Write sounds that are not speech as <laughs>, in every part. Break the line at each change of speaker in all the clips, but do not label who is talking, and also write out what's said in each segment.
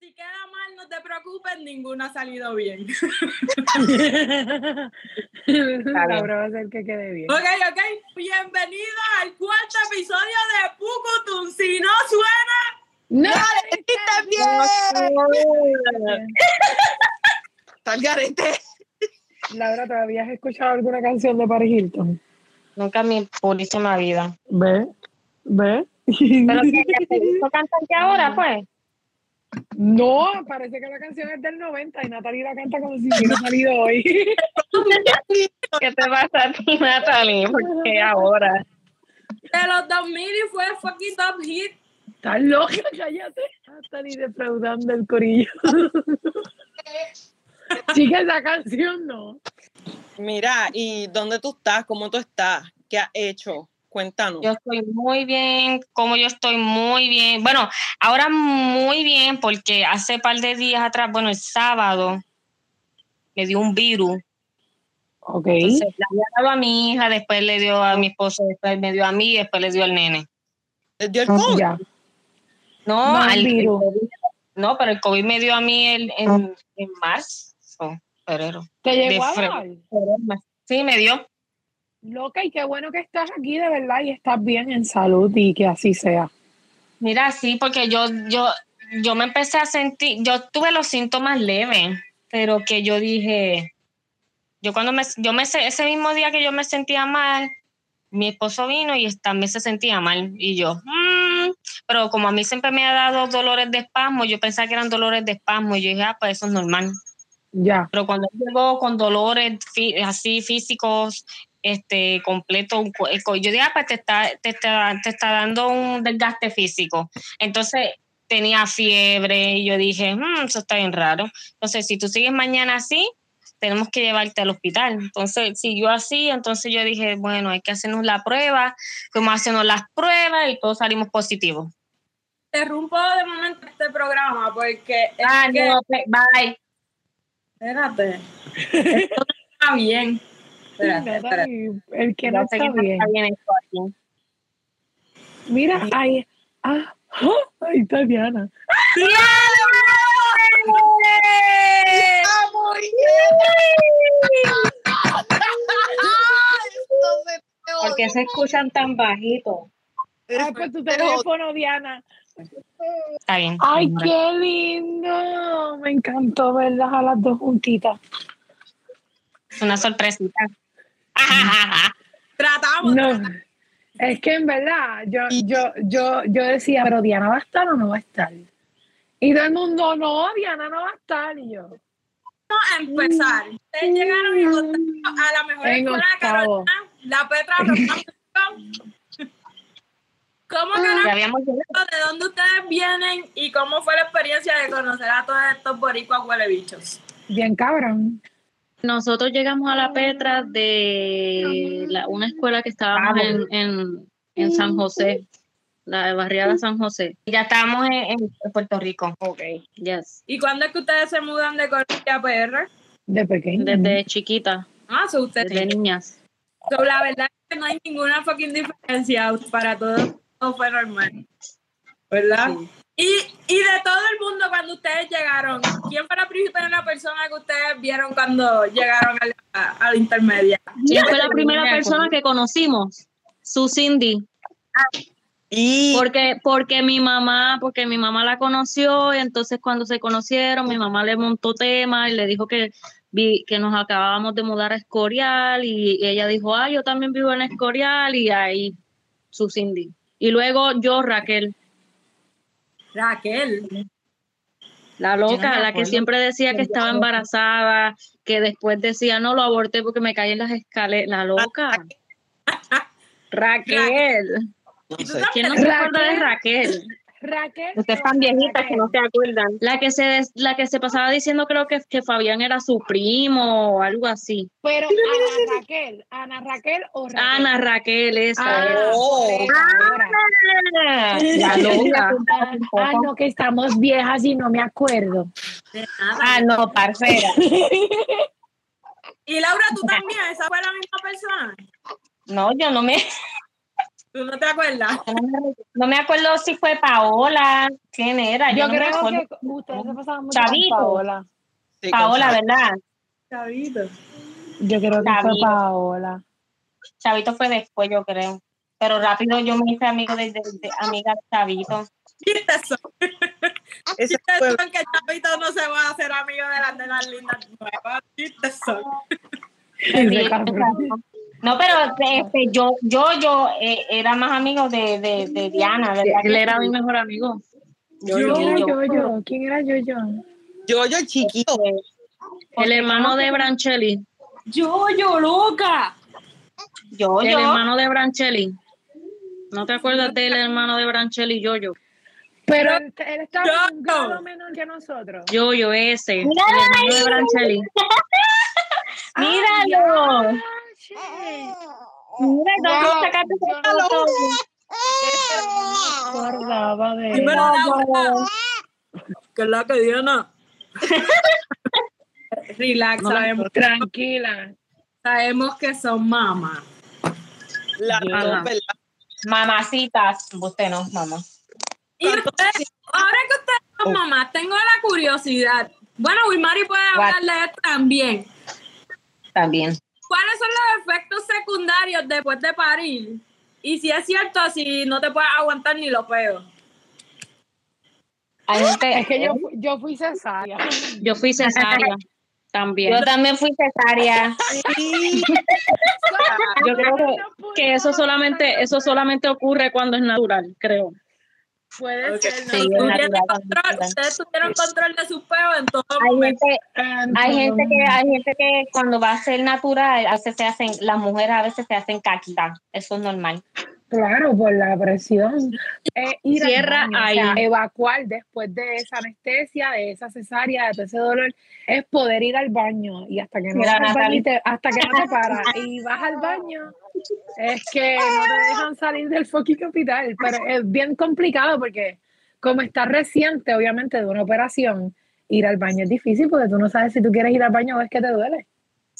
queda mal, no te preocupes, ninguna ha salido bien.
La prueba va a ser que quede bien.
Ok, ok. Bienvenidos al cuarto episodio de Pucutum. Si no suena,
¡No!
¡Dale, está bien! Está al garete.
Laura, ¿todavía has escuchado alguna canción de Paris Hilton?
Nunca en mi
<laughs>
purísima vida.
¿Ve? ¿Ve?
Pero que hizo cantante ahora, pues.
No, parece que la canción es del 90 y Natalie la canta como si hubiera salido hoy.
¿Qué te pasa a ti, Natalie? <laughs> ¿Por qué ahora?
de los 2000 y fue fucking top hit.
Estás loca, cállate. Natalie defraudando el
<laughs>
corillo. Chica, esa canción no.
Mira, ¿y dónde tú estás? ¿Cómo tú estás? ¿Qué has hecho? Cuéntanos.
Yo estoy muy bien, como yo estoy muy bien. Bueno, ahora muy bien porque hace par de días atrás, bueno, el sábado, le dio un virus.
Ok.
Entonces, le había dado a mi hija, después le dio a mi esposo, después me dio a mí, después le dio al nene.
¿Les dio el COVID?
ya.
No,
No, el
al
virus. Ah.
No, pero el COVID me dio a mí el, en, en marzo, febrero.
¿Te llegó a
fre-
dar?
Sí, me dio.
Loca, y qué bueno que estás aquí, de verdad, y estás bien en salud y que así sea.
Mira, sí, porque yo, yo, yo me empecé a sentir, yo tuve los síntomas leves, pero que yo dije, yo cuando me, yo me, se- ese mismo día que yo me sentía mal, mi esposo vino y también se sentía mal, y yo, "Mm". pero como a mí siempre me ha dado dolores de espasmo, yo pensaba que eran dolores de espasmo, y yo dije, ah, pues eso es normal.
Ya.
Pero cuando él llegó con dolores fí- así físicos, este, completo, un cu- el co- yo dije, ah, pues te está, te, está, te está dando un desgaste físico. Entonces tenía fiebre y yo dije, "Mm, eso está bien raro. Entonces, si tú sigues mañana así, tenemos que llevarte al hospital. Entonces, siguió así, entonces yo dije, bueno, hay que hacernos la prueba, fuimos haciendo las pruebas y todos salimos positivos.
Interrumpo de momento este programa porque es
Ah,
que-
no, pues, bye.
espérate.
<laughs>
Esto no está bien. Espérate, espérate.
Natalie, el que no
Ya sé
está
no
bien.
está bien esto aquí.
Mira, ahí. Ah, <laughs> ah, ahí está Diana.
¡Ah, muy bien! Esto se te
¿Por qué se escuchan tan bajito?
Ay, por tu
pero-
teléfono, Diana.
Está bien.
Ay, qué lindo. Me encantó verlas a las dos juntitas.
Es una sorpresita. <laughs>
Tratamos.
No. Es que en verdad, yo, yo, yo, yo decía, pero Diana va a estar o no va a estar. Y todo el mundo, no, Diana no va a estar. Y yo,
Vamos a empezar. Ustedes llegaron y votaron a la mejor
En
escuela de
octavo.
Carolina, la Petra Román. ¿Cómo
Ya
carajo?
habíamos llegado.
¿De dónde ustedes vienen y cómo fue la experiencia de conocer a todos estos boricuas huele bichos?
bien cabrón.
Nosotros llegamos a la Petra de la- una escuela que estábamos en, en- en San José, la barriada San José.
Ya estábamos en, en Puerto Rico.
Yes.
¿Y cuándo es que ustedes se mudan de Colombia a PR?
De pequeña.
Desde chiquita,
Ah, so ustedes.
desde niñas.
so la verdad es que no hay ninguna fucking diferencia para todos. Todo fue normal. ¿Verdad?
Sí.
Y, y de todo el mundo cuando ustedes llegaron, ¿quién fue la primera persona que ustedes vieron cuando llegaron a la, a la intermedia?
Ella fue la
Me
primera
acuerdo.
persona que conocimos, su Cindy,
Y
porque, porque mi mamá, porque mi mamá la conoció, y entonces cuando se conocieron, mi mamá le montó tema y le dijo que vi- que nos acabábamos de mudar a Escorial y ella dijo, ah, yo también vivo en Escorial y ahí su Cindy. Y luego yo, Raquel,
Raquel.
La loca,
me
la
acuerdo.
que siempre decía que estaba embarazada, que después decía, no lo aborté porque me caí en las escaleras. La <laughs> loca. Raquel. ¿Quién no se acuerda de Raquel?
Raquel.
Ustedes están viejitas que no se acuerdan.
La que se, des- la que se pasaba diciendo creo que, que Fabián era su primo o algo así.
Pero Ana Raquel, Ana Raquel o Raquel.
Ana Raquel, esa.
Ah,
era.
Oh.
Ah,
ahora.
Ah.
La loca.
Ah, no, que estamos viejas y no me acuerdo.
De nada.
Ah, no, parcera.
Y Laura, tú también, esa fue la misma persona.
No, yo no me.
¿Tú no te acuerdas?
No me- No me acuerdo si fue Paola, quién era. Yo,
Yo
no me
creo
acuerdo.
que ustedes se pasaban mucho con
Chavito.
Paola.
Sí, con
Paola,
Chavito.
¿verdad?
Chavito.
Yo creo que fue
Chavito.
Paola.
Chavito fue después, yo creo. Pero rápido yo me hice amigo de, de- de amiga Chavito.
¿Viste eso?
Ese
¿Viste
fue-
eso? Que Chavito no se va a hacer amigo de las nenas lindas nuevas. ¿Viste eso?
Ese cabrón.
No, pero este, yo, yo, yo eh, era más amigo de, de, de Diana, ¿verdad?
Él
que
era
sí?
mi mejor amigo.
Yo,
¿Quién
yo,
era
yo,
Yo-Yo? ¿Quién era Yo-Yo?
yo, yo, chiquito.
El hermano de Brancheli.
Yo, yo, loca.
Yo,
El
yo.
hermano de Brancheli. ¿No te acuerdas del hermano de Brancheli? Yo, yo.
Pero él, él estaba
Yo-Yo.
un grado menor que nosotros.
Yo, yo, ese. El hermano de Brancheli.
Míralo. Mira,
Wow,
¿dónde sacaste
yo
esa
no-
foto?
No me acordaba de
Es
él.
verdad, Laura. ¿Qué es la que Diana? <laughs> Relax,
No me
sabemos,
acuerdo. Tranquila.
sabemos que son mamás.
La
Ajá.
dos, ¿verdad?
Mamacitas. Usted no, mamá.
Y ustedes, ahora que ustedes son mamás, tengo la curiosidad. Bueno, Wilmari puede
What?
hablar de esto también.
También.
¿Cuáles son los efectos secundarios después de parir? Y si es cierto, si no te puedes aguantar ni lo peor.
Hay gente-
Es que yo, fu- yo fui cesárea.
Yo fui cesárea también.
Yo también fui cesárea.
<laughs>
Yo creo que, que eso solamente eso solamente ocurre cuando es natural, creo.
Puede ser, ¿no?
Sí, es
Tuvieron
natural,
control-
es
ustedes tuvieron control de su peo en todo
Hay
momento.
gente,
And-
hay gente que, hay gente que cuando va a ser natural, a veces se hacen, las mujeres a veces se hacen caquitas. Eso es <laughs> normal.
Claro, por la presión. Eh, ir al
Cierra
baño, o sea,
ahí.
evacuar después de esa anestesia, de esa cesárea, de todo ese dolor, es poder ir al baño. Y hasta que no,
Mira,
vas al baño
Natalie.
y te- hasta que no te paras y vas al baño, es que no te dejan salir del fucking hospital. Pero es bien complicado porque como estás reciente, obviamente, de una operación, ir al baño es difícil porque tú no sabes si tú quieres ir al baño o es que te duele.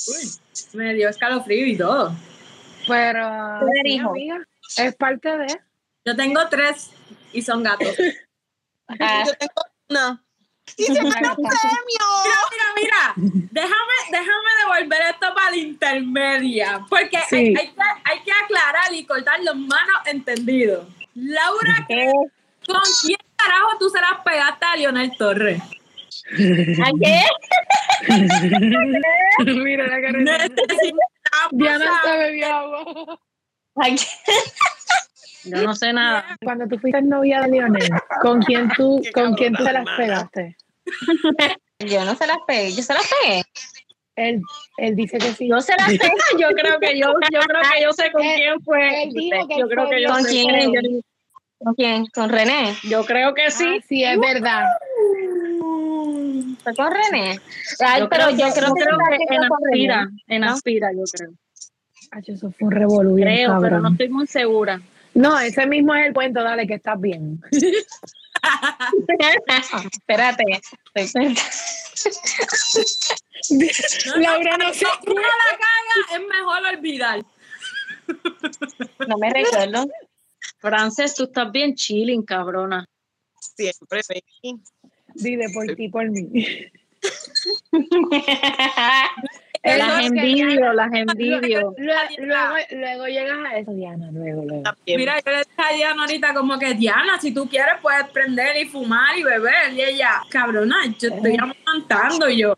Uy, me dio escalofrío y todo.
Pero
Tener
sí,
hijos.
amiga, es parte de...
Yo tengo tres y son gatos.
Ah,
Yo tengo una.
Mira, mira, déjame, déjame devolver esto para la intermedia, porque
Sí.
hay, hay que, hay que aclarar y cortar los manos entendidos. Laura,
¿qué?
¿con quién carajo tú se las pegaste a Lionel Torres?
¿A qué?
<laughs> Mira la carrera.
Necesitamos
Diana está
saber.
bebió agua.
¿A qué?
Yo no sé nada.
<laughs> Cuando tú fuiste novia de Leonel, ¿con quién tú,
<laughs> Qué
con quién tú te
cabrona,
las
mala.
pegaste?
Yo no se las pegué, yo se las pegué.
Él, él dice que sí. Ah,
Yo se la sé, yo creo que yo, yo creo que yo sé con
Él-
quién fue.
él dijo que
yo creo
fue
que yo
¿Con
sé.
quién? ¿Con quién? ¿Con René?
Yo creo que
Ah,
sí.
sí, es verdad.
¿Fue con René? Ay, Ah, pero yo creo que,
en
fue con René.
Aspira, en Aspira yo creo.
Ay, eso fue un revolú bien
Creo, pero
cabrón.
no estoy muy segura.
No, ese mismo es el cuento, dale, que estás bien.
<laughs> Espérate. estoy-
Laura <laughs> no sé.
Si uno la caga, es mejor olvidar.
No me recuerdo.
Frances, tú estás bien chilling, cabrona.
Siempre, Becky.
Dile por ti, por mí. <laughs>
Eso
Las
es
envidio, las envidio.
Lue- Luego, luego llegas a eso, Diana, luego, luego.
También.
Mira, yo le dije a Diana ahorita como que, Diana, si tú quieres puedes prender y fumar y beber. Y ella, cabrona, yo estoy amamantando y yo.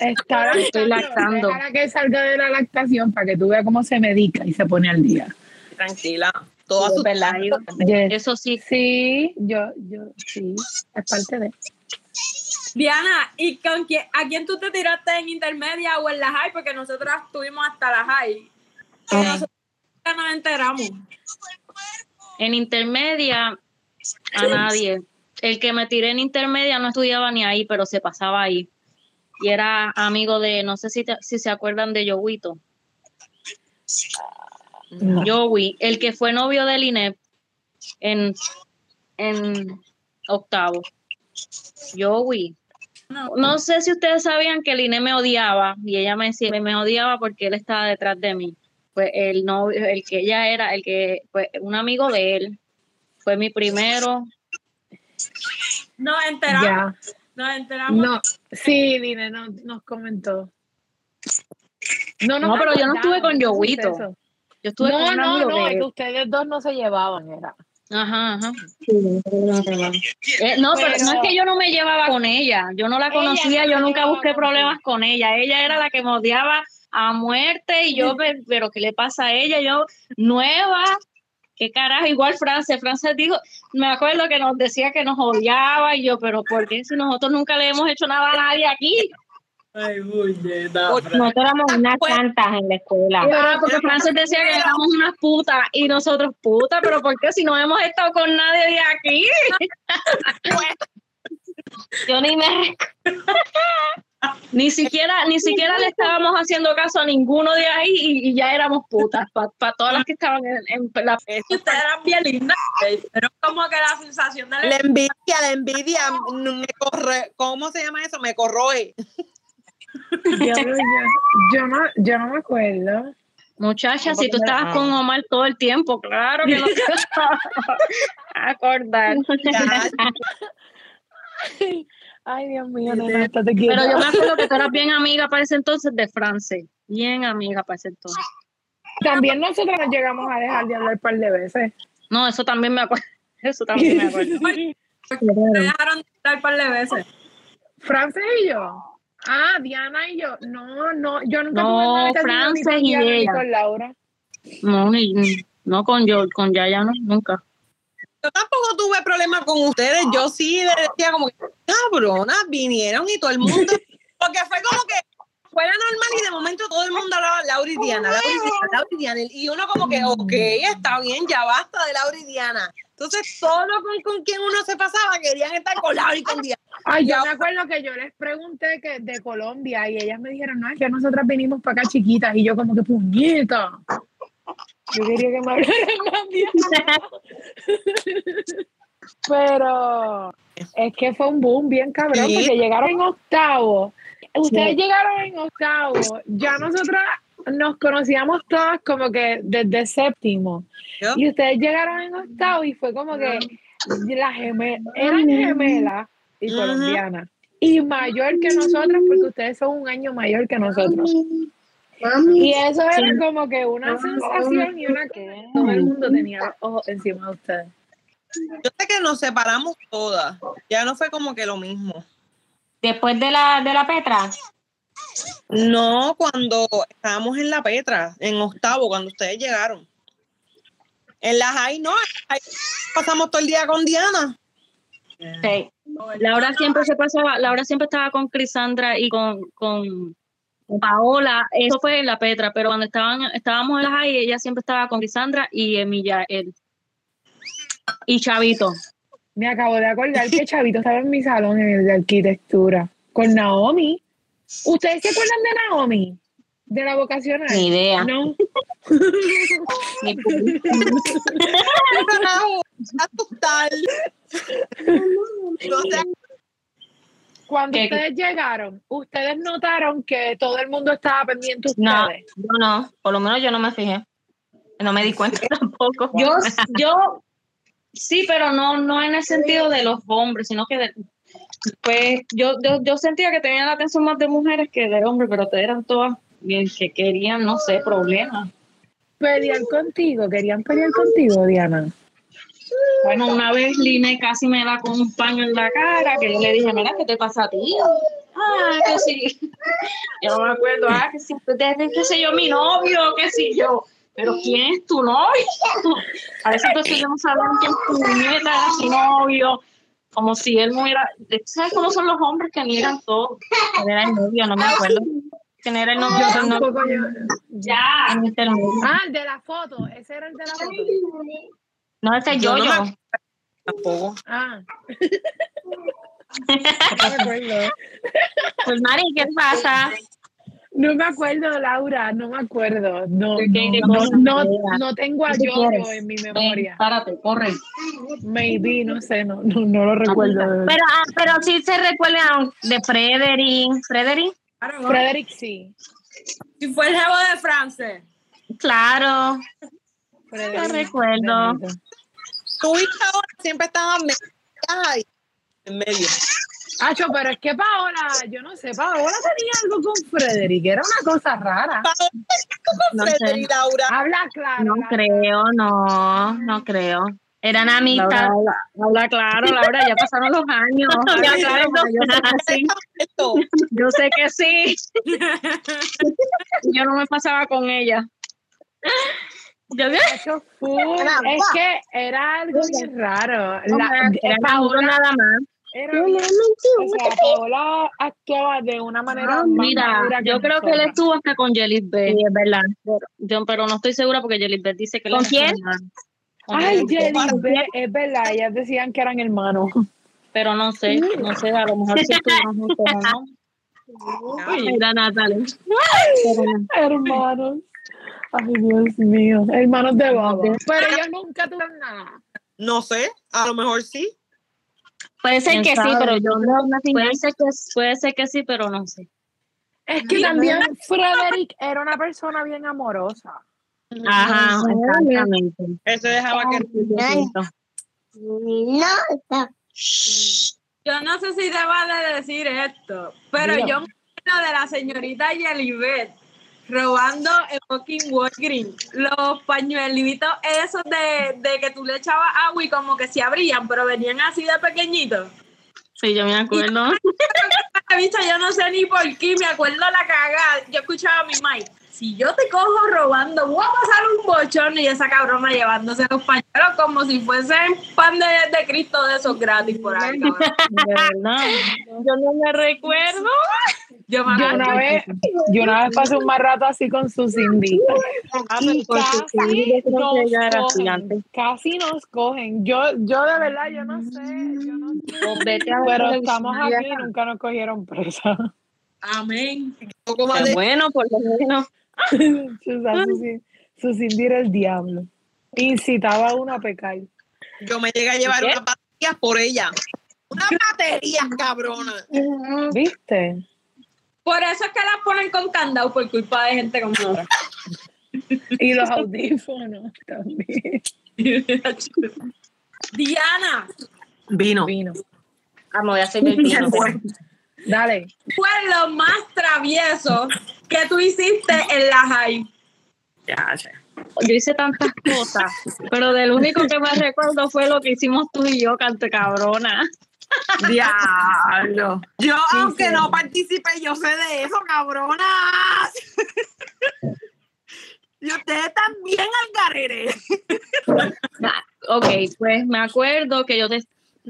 Está
Estoy lactando.
Para que salga de la lactación, para que tú veas cómo se medica y se pone al día.
Tranquila. Todas sus
¿Verdad?
Yes.
Eso sí,
Sí, yo, yo, sí, es parte de.
Diana, ¿y con quién, a quién tú te tiraste en intermedia o en la high? Porque nosotras tuvimos hasta la high. Que
Ay.
nosotras nunca nos enteramos.
en intermedia a nadie. El que me tiré en intermedia no estudiaba ni ahí, pero se pasaba ahí. Y era amigo de, no sé si, te- si se acuerdan de Yowito.
No.
Joey, el que fue novio de Linep en, en octavo. Joey.
No.
No sé si ustedes sabían que Linep me odiaba y ella me decía me odiaba porque él estaba detrás de mí. pues el novio, el que ella era, el que, pues un amigo de él, fue mi primero.
Nos enteramos.
Ya.
Nos enteramos.
No, sí, Dine no- nos comentó. nos
No, pero yo no
acordábamos
estuve con
del
Yoguito.
suceso.
Yo estuve con
no,
un
no,
amigo
no,
de
es que
él.
ustedes dos no se llevaban, era.
Ajá, ajá. Eh, no, pero,
Pero-
no es que yo no me llevaba con ella. Yo no la
Ella
conocía,
no
yo
se
nunca
llevaba
busqué
contigo.
problemas con ella. Ella era la que me odiaba a muerte y yo, pe- pero ¿qué le pasa a ella? Yo, nueva, qué carajo, igual Frances. Frances dijo, me acuerdo que nos decía que nos odiaba y yo, pero ¿por qué si nosotros nunca le hemos hecho nada a nadie aquí?
Ay, muñeca.
Nosotros éramos unas
Pues-
santas en la escuela.
Ah, porque Frances decía que éramos unas putas y nosotros putas, pero ¿por qué si no hemos estado con nadie de aquí?
Yo ni me
Ni siquiera, ni siquiera le estábamos haciendo caso a ninguno de ahí y, y ya éramos putas para todas las que estaban en, en la
Eso-
Ustedes eran bien lindas. eh, Pero como que la sensación de
La
la...
envidia, la envidia me corre, ¿cómo se llama eso? Me
<laughs>
corroe.
Yo, yo- yo no, yo no me acuerdo.
muchacha. Si tú estabas con Omar todo el tiempo, claro que no te vas a acordar.
Ya,
Ay, Dios mío, nena, estate quieta.
Pero yo me acuerdo que tú eras bien amiga para ese entonces de France. Bien amiga para ese entonces.
También nosotros nos llegamos a dejar de hablar un par de veces.
No, eso también me acuerdo. <laughs> Eso también me acuerdo.
Me dejaron de hablar un par de veces.
Frances y yo. Ah, Diana y yo. No, no, yo nunca
No,
nada casi
Frances
con
y
Diana ni
ella.
con Laura.
No, ni- no con yo, con Yaya, no, nunca.
Yo tampoco tuve problemas con ustedes. Yo sí le decía como que, cabronas, vinieron y todo el mundo. Porque fue como que fue la normal y de momento todo el mundo hablaba Laura y Diana, Laura y Diana, Laura y Diana. Y uno como que, ok, está bien, ya basta de Laura y Diana. Entonces, todo con, con quien uno se pasaba querían estar con Laura y con Diana.
Ay, yo
Ya.
me acuerdo que yo les pregunté que de Colombia y ellas me dijeron, no, es que nosotras vinimos para acá chiquitas y yo como que puñeta. Yo quería que me <laughs> hablaran más bien. Pero es que fue un boom bien cabrón
Sí.
porque llegaron en octavo. Ustedes
Sí.
llegaron en octavo. Ya nosotras nos conocíamos todas como que desde séptimo.
Yo.
Y ustedes llegaron en octavo y fue como que las gemelas, eran gemelas y
Ujú.
colombianas. Y mayor que nosotras, porque ustedes son un año mayor que nosotros. Y eso era como que una sensación y una que todo el mundo tenía los ojos encima de ustedes.
Yo sé que nos separamos todas. Ya no fue como que lo mismo.
Después de la, de la Petra,
No, cuando estábamos en la Petra, en octavo, cuando ustedes llegaron. En la Jai, no, en la Jai pasamos todo el día con Diana.
sí.
Laura siempre se pasaba, Laura siempre estaba con Crisandra y con, con Paola, eso fue en la Petra, pero cuando estaban, estábamos en la high, ella siempre estaba con Crisandra y Emilia, él. Y Chavito.
Me acabo de acordar que Chavito estaba en mi salón en el de arquitectura con Naomi. ¿Ustedes se acuerdan de Naomi? De la vocacional.
Ni idea.
No.
Ni-
Carajo, a total. No sé,
Cuando
Que-
ustedes llegaron, ustedes notaron que todo el mundo estaba pendiente de
No.
ustedes.
Yo no, por lo menos yo no me fijé. No me di cuenta <laughs> tampoco.
Yo, yo, sí, pero no, no en el sentido de los hombres, sino que de- pues yo, yo, yo sentía que tenía la atención más de mujeres que de hombres, pero eran todas bien que querían, no sé, problemas.
Pelear contigo, querían pelear contigo, Diana.
Bueno, una vez Line casi me da con un paño en la cara, que yo le dije, mira, ¿qué te pasa a ti? Ah, que sí. <laughs> Yo no me acuerdo, ah, que sí, desde qué sé yo, mi novio, qué sé yo. Pero ¿quién es tu novio? <laughs> A veces entonces yo no sabía quién puñeta era su novio. Como si él no era, ¿sabes cómo son los hombres que niegan todo?
¿Quién era el novio? No me acuerdo. ¿Quién era el novio?
Yo
No-
tampoco yo.
Ya,
¿quién es el novio?
Ah, el de la foto. Ese era el de la foto.
No, ese es
Yo no
yo, yo.
me acuerdo. tampoco.
Ah. No me acuerdo.
Pues Mari, ¿qué pasa?
No me acuerdo, Laura. No me acuerdo. No,
Ok, ¿qué
no,
cosa?
no, no, no tengo a
¿Qué
yo
quieres?
en mi
ven,
memoria.
párate, corre.
Maybe, no sé, no, no, no lo recuerdo. de verdad.
Pero, ah, pero sí se recuerdan de Frederick. ¿Frederick?
Claro, ¿no?
Frederick sí.
Si fue el jevo de France.
Claro,
Pero
Yo
de-
recuerdo.
de-
Tú y Paola siempre estaban metidas ahí, en medio.
Acho, pero es que Paola, yo no sé, Paola tenía algo con Frederick, era una cosa rara.
Paola,
No
con
sé.
Freddy y Laura.
Habla claro.
no
la-
creo, no, no creo. Eran amistad.
Habla claro, Laura, ya pasaron los <laughs> años. Habla claro, porque yo sé que sí.
Esto,
Yo sé que <laughs> sí. Yo no me pasaba con ella.
Yo creo
Acho, full. Es que era algo bien raro. La, eh,
que era uno
Paola
nada más.
era bien- o sea, Paola actuaba de una manera
Ah,
más
mira,
madura
yo creo que él
nosotras.
estuvo hasta con Jelly
Sí,
Bell.
es verdad.
Yo, pero no estoy segura porque Jelly Bell dice que él
¿Con
es
quién?
musulmán. Con
Ay,
Jelly Bell.
Jenny, ve- es verdad, ellas decían que eran hermanos. <laughs>
Pero no sé, no sé, a lo mejor sí estuvieron juntos o no.
Mira, Natalia.
hermanos. Ay, Dios mío. Hermanos de baba. Pero ellos nunca tuvieron nada.
no sé, a lo mejor sí.
Puede ser
¿Quién
que sí,
sabe?
pero yo no.
Puede ser que, puede ser que sí, pero no sé.
Es que también Frederick era una persona bien amorosa.
Ajá, exactamente.
Eso dejaba que.
Yo no sé si deba de decir esto, pero
Dígame.
yo me acuerdo de la señorita Yelibet robando en fucking Walgreens los pañuelitos esos de, de que tú le echabas agua y como que se abrían, pero venían así de pequeñitos.
Sí, yo me
<laughs>
acuerdo.
Esta bicha yo no sé ni por qué, me acuerdo la cagada. Yo escuchaba a mi Mike, si yo te cojo robando, voy a pasar un bochón y esa cabrona llevándose los pañuelos como si fuesen pan de, de Cristo de esos gratis por ahí, cabrón.
De verdad.
Yo no me recuerdo.
Yo me
Yo
acuerdo.
una vez, yo una vez pasé un mal rato así con su Cindy.
Ah,
Y casi nos cogen, casi nos cogen. Yo, yo de verdad, yo no sé, yo no sé.
Pues vete a ver
Pero
televisión
estamos aquí y
abierta.
nunca nos cogieron presa. <laughs>
Amén.
Poco más
Qué
de-
bueno, por lo menos.
O
Ah.
sea, su, Cin- su Cindy era el diablo. Incitaba a uno a pecar.
Yo me llegué a llevar
¿Qué?
unas baterías por ella. Unas baterías, cabrona.
¿Viste?
Por eso es que las ponen con candado por culpa de gente como
<laughs>
nosotros.
Y los audífonos también.
Diana,
Vino.
Vino.
Vamos, Ah, voy a seguir viendo.
Dale.
fue lo más travieso que tú hiciste en la high.
Yo hice tantas cosas, pero del único que más recuerdo fue lo que hicimos tú y yo, cante cabrona.
Diablo. Yo, aunque
sí.
no participé, yo sé de eso, cabronas. y ustedes también al garere.
Ok, pues me acuerdo que yo, te-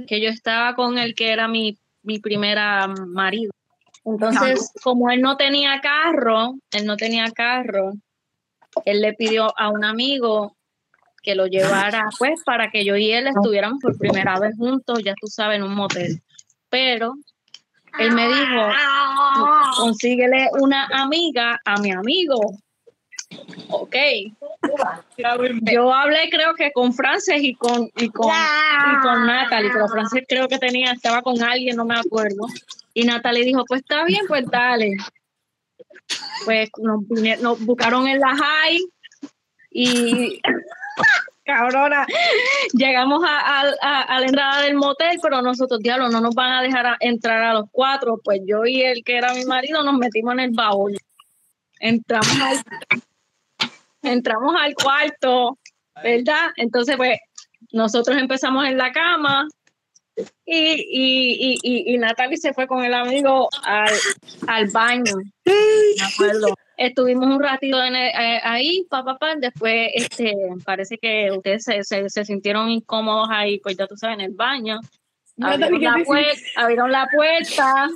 que yo estaba con el que era mi, mi primera marido. Entonces, como él no tenía carro, él no tenía carro, él le pidió a un amigo que lo llevara, pues, para que yo y él estuviéramos por primera vez juntos, ya tú sabes, en un motel. Pero él me dijo, consíguele una amiga a mi amigo. Ok. Yo hablé creo que con Frances y con, y con, y con Natalie, pero Frances creo que tenía, estaba con alguien, no me acuerdo. Y Natalie dijo, pues está bien, pues dale. Pues nos, vine- nos buscaron en la high y cabrona, llegamos a, a- a- a la entrada del motel, pero nosotros, diablo, no nos van a dejar a- entrar a los cuatro. Pues yo y el que era mi marido nos metimos en el baúl. Entramos al, entramos al cuarto, ¿verdad? Entonces, pues nosotros empezamos en la cama. Y, y, y, y, y Natalie se fue con el amigo al, al baño. Me acuerdo. Estuvimos un ratito en el- eh, ahí, papá, pa, pa, después este, parece que ustedes se, se, se sintieron incómodos ahí, pues ya tú sabes, en el baño.
Natalie,
Abrieron
¿qué
la,
te hiciste?
puer- abrieron la puerta.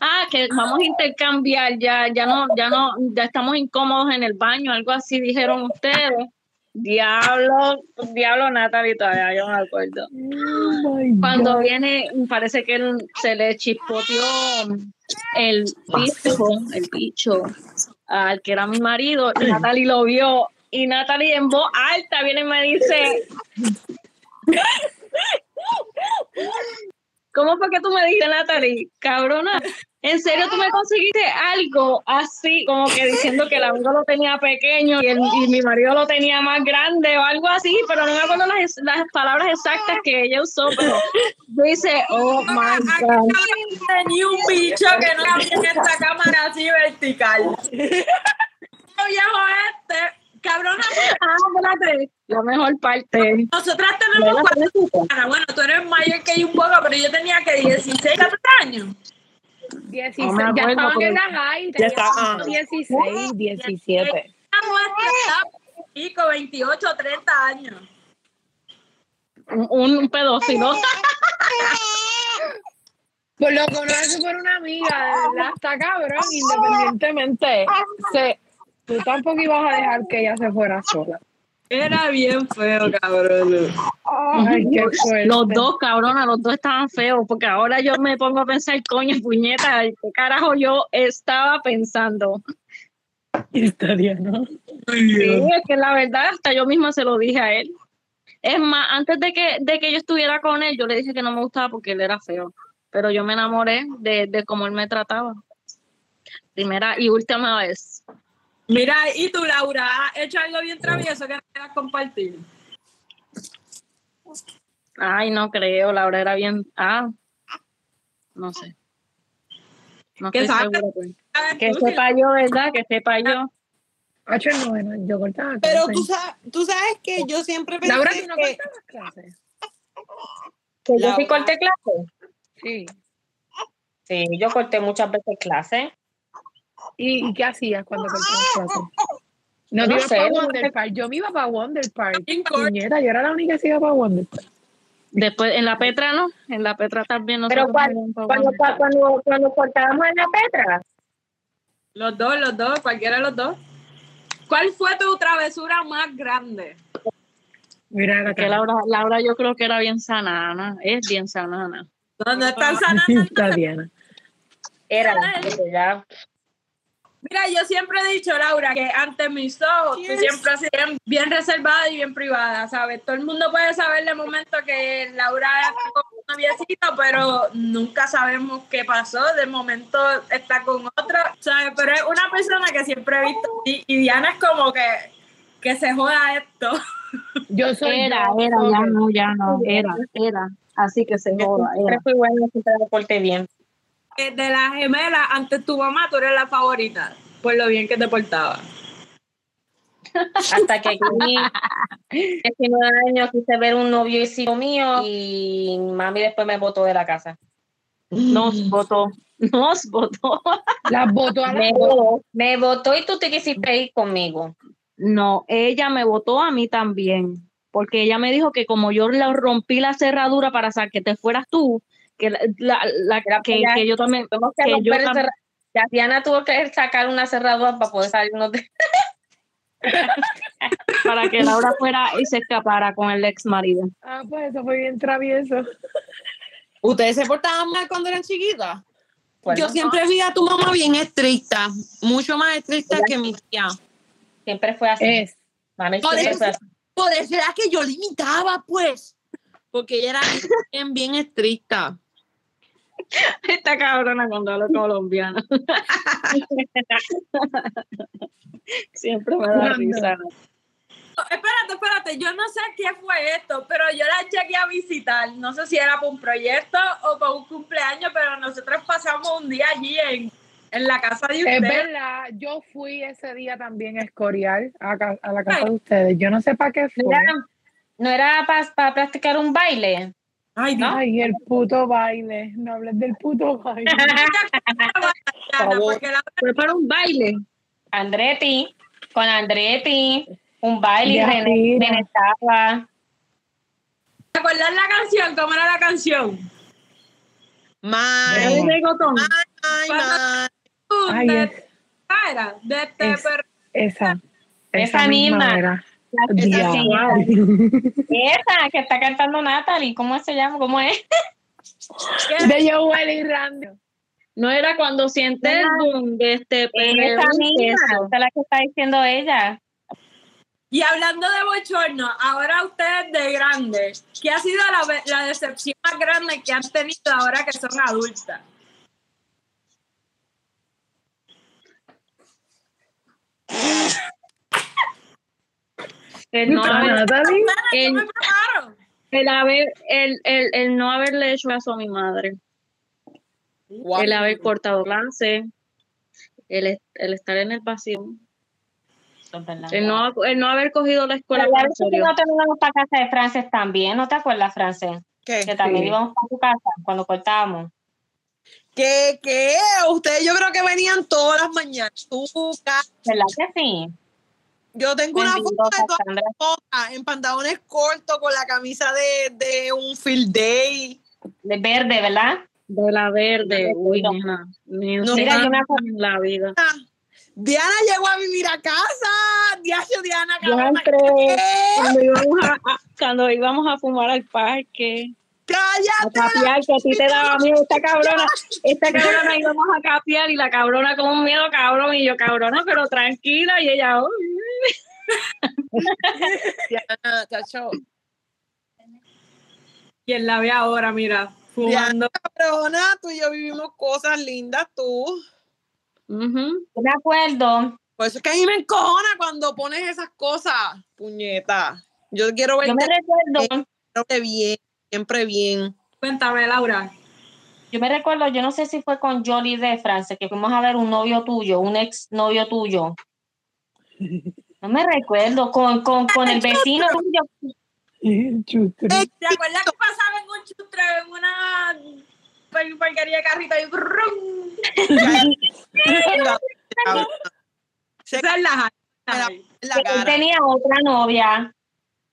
ah, que vamos a intercambiar, ya, ya no, ya no, ya estamos incómodos en el baño, algo así dijeron ustedes. Diablo, diablo Natalie, todavía yo no me acuerdo
Oh my
cuando
God.
viene, parece que él se le chispoteó el bicho, el bicho, al que era mi marido, y Natalie lo vio. Y Natalie en voz alta viene y me dice. ¿Cómo fue que tú me dijiste, Natalie? Cabrona, En serio, tú me conseguiste algo así, como que diciendo que el amigo lo tenía pequeño y, el- y mi marido lo tenía más grande o algo así, pero no me acuerdo las, las palabras exactas que ella usó, pero dice, oh my god.
Ni un bicho que no había en esta cámara así vertical.
<laughs>
Yo viejo este,
<laughs>
cabrona, porque
Ah, espérate, la mejor parte.
nosotras tenemos cuatro cámaras. Bueno, tú eres mayor que yo un poco, pero yo tenía que 16, 14 años.
16,
No me
ya
acuerdo,
estaban
porque-
en la high,
Ya está, ah.
tenían 16, 17.
Una muestra
Eh.
estaba pico, 28, 30 años.
Un, un pedófilo.
Pues lo conoces por una amiga, de verdad, está cabrón, independientemente. Se, tú tampoco ibas a dejar que ella se fuera sola.
Era bien feo, cabrón.
Ay, qué fuerte.
Los <laughs> dos, cabrona, los dos estaban feos, porque ahora yo me pongo a pensar, coño, puñeta, ¿qué carajo yo estaba pensando?
Estaría, ¿no?
Sí, es que la verdad, hasta yo misma se lo dije a él. Es más, antes de que, de que yo estuviera con él, yo le dije que no me gustaba porque él era feo. Pero yo me enamoré de, de cómo él me trataba. Primera y última vez.
Mira, y tú, Laura, has hecho algo bien travieso que no quieras compartir.
Ay, no creo, Laura era bien. Ah, no sé. No
Que
estoy
saca-
segura, pues.
Ah,
Que
tú, sí.
sepa yo, ¿verdad? Que sepa yo.
Hacho, no, bueno, yo cortaba
Pero
clases.
tú, sa- tú sabes que yo siempre pensé
Laura, ¿tú no
que...
cortabas clases?
¿Que yo sí
Laura.
corté clase?
Sí.
Sí, yo corté muchas veces clase.
¿Y, y qué hacías cuando cortabas clases? No,
No
te ibas
sé,
para
no
Wonder
sé.
Park. Yo me iba para Wonder
<laughs>
Park.
Bien corto.
Puñeta, yo era la única que se iba para Wonder Park.
Después, en la Petra no, en la Petra también no
Pero cuando, cuando, cuando, cuando cortábamos en la Petra,
Los dos, los dos, cualquiera de los dos. ¿Cuál fue tu travesura más grande?
Mira, la
que
cara.
Laura, Laura yo creo que era bien sanana, es bien sanana.
No, no están sanando.
Ah, <laughs> Está bien.
Era, porque ya.
Mira, yo siempre he dicho, Laura, que ante mis ojos tú
Cheers.
siempre has sido bien- bien reservada y bien privada, ¿sabes? Todo el mundo puede saber de momento que Laura está con un noviecito, pero nunca sabemos qué pasó. De momento está con otro, ¿sabes? Pero es una persona que siempre he visto así, y Diana es como que, que se joda esto. <laughs>
Yo soy
Era,
yo,
era,
soy
ya
yo.
no, ya no, era, era. Así que se joda,
Siempre
era.
fui buena, siempre me porté bien.
que de las gemelas, antes tu mamá, tú eres la favorita, por lo bien que te portaba.
Hasta que con 19 años quise ver un novio hijo mío y mami después me botó de la casa.
Nos votó, <laughs> nos votó.
Las votó a
Me
las dos.
botó, me botó y tú te quisiste ir conmigo.
No, ella me votó a mí también, porque ella me dijo que como yo la rompí la cerradura para sa- que te fueras tú, que, la, la- la-
Era
que,
para-
que yo también,
Tuvimos que
que yo
romper el
tam-
cerra- Ya Diana tuvo que sacar una cerradura para poder salirnos de...
para que Laura fuera y se escapara con el ex marido.
Ah, pues eso fue bien travieso.
¿Ustedes se portaban mal cuando eran chiquitas?
Bueno,
Yo siempre vi a tu mamá bien estricta, mucho más estricta que mi tía.
siempre fue así.
Es.
Mami
Por
siempre
eso-
fue así.
Por eso era que yo limitaba, pues. Porque ella era bien, bien estricta.
Esta cabrona cuando hablo colombiano. <laughs> Siempre me da
Cuando-
risa.
Espérate, espérate, yo no sé qué fue esto, pero yo la llegué a visitar, no sé si era para un proyecto o para un cumpleaños, pero nosotros pasamos un día allí en, en la casa de
Es
ustedes.
verdad, yo fui ese día también a Escorial, a, ca- a la casa de ustedes. Yo no sé para qué fue.
Mira, ¿No era para practicar un baile?
Ay, Dios.
Ay, el puto baile. No hables del puto baile.
Diana,
favor.
porque la-
Fue para un baile.
Andretti, con Andretti, un baile y
Ya,
René,
mira.
René estaba.
¿Te acuerdas la canción? ¿Cómo era la canción?
Mal,
Ay,
mal, mal.
Tú,
Ay,
de-
es-
ah, era de este
es-
perro.
esa.
Esa misma.
era.
Esa
Diablo.
misma. Esa que está cantando Natalie, ¿cómo se llama? ¿Cómo es?
De Joel y Randy.
No era cuando sientes el boom de este
Pues
perreo
Esa
y
misma,
queso.
esa es la que está diciendo ella.
Y hablando de bochorno, ahora ustedes de grandes, ¿qué ha sido la, ve- la decepción más grande que han tenido ahora que son adultas?
El no,
Ah,
haber,
Natalie.
Yo
el,
me preparo.
el haber- el- el- el no haberle hecho caso a mi madre,
Wow.
el haber cortado lance, el, est- el estar en el vacío, el Eh, no, el no haber cogido la escuela
Pero
tan
ya
en
ves que
serio.
nosotros íbamos para casa de Frances también, ¿no te acuerdas, Frances? Que
¿Qué?
también
Sí.
íbamos para tu casa cuando cortábamos.
¿Qué? ¿Qué? Ustedes yo creo que venían todas las mañanas. Tú, ca-
¿Verdad que sí?
Yo tengo una
Bendito,
foto de todas
Cassandra.
nosotras, en pantalones cortos con la camisa de, de un field day.
De verde, ¿verdad?
De la verde, uy,
No.
nena, ni
No,
usted
mira, yo me
en la vida.
Ah, Diana llegó a vivir a casa. Diacho, Diana, cabrona. Eh,
Diantre,
¿Qué?
Cuando íbamos a, a- cuando íbamos a fumar al parque, a
¡Cállate!
capear, que a ti te daba miedo esta cabrona, esta cabrona íbamos a capear y la cabrona con un miedo cabrón y yo cabrona, pero tranquila y ella, "Ay".
Diana, chacho.
Quien la ve ahora, mira, fumando.
Cabrona, tú y yo vivimos cosas lindas, tú.
Ujú.
Yo me acuerdo,
Por eso es que a mí me encojona cuando pones esas cosas, puñeta. Yo quiero
yo me
verte
recuerdo,
siempre bien, siempre bien.
Cuéntame, Laura.
yo me recuerdo, yo no sé si fue con Jolie de Frances, que fuimos a ver un novio tuyo, un ex novio
<laughs>
tuyo. No me recuerdo, con, con, con el vecino tuyo.
Chustre.
¿Te acuerdas que pasaba en un chustre, en una par- porquería de carrito y brum?
Se
Esa es la jala.
Mira. en la
que Él
cara.
tenía otra novia,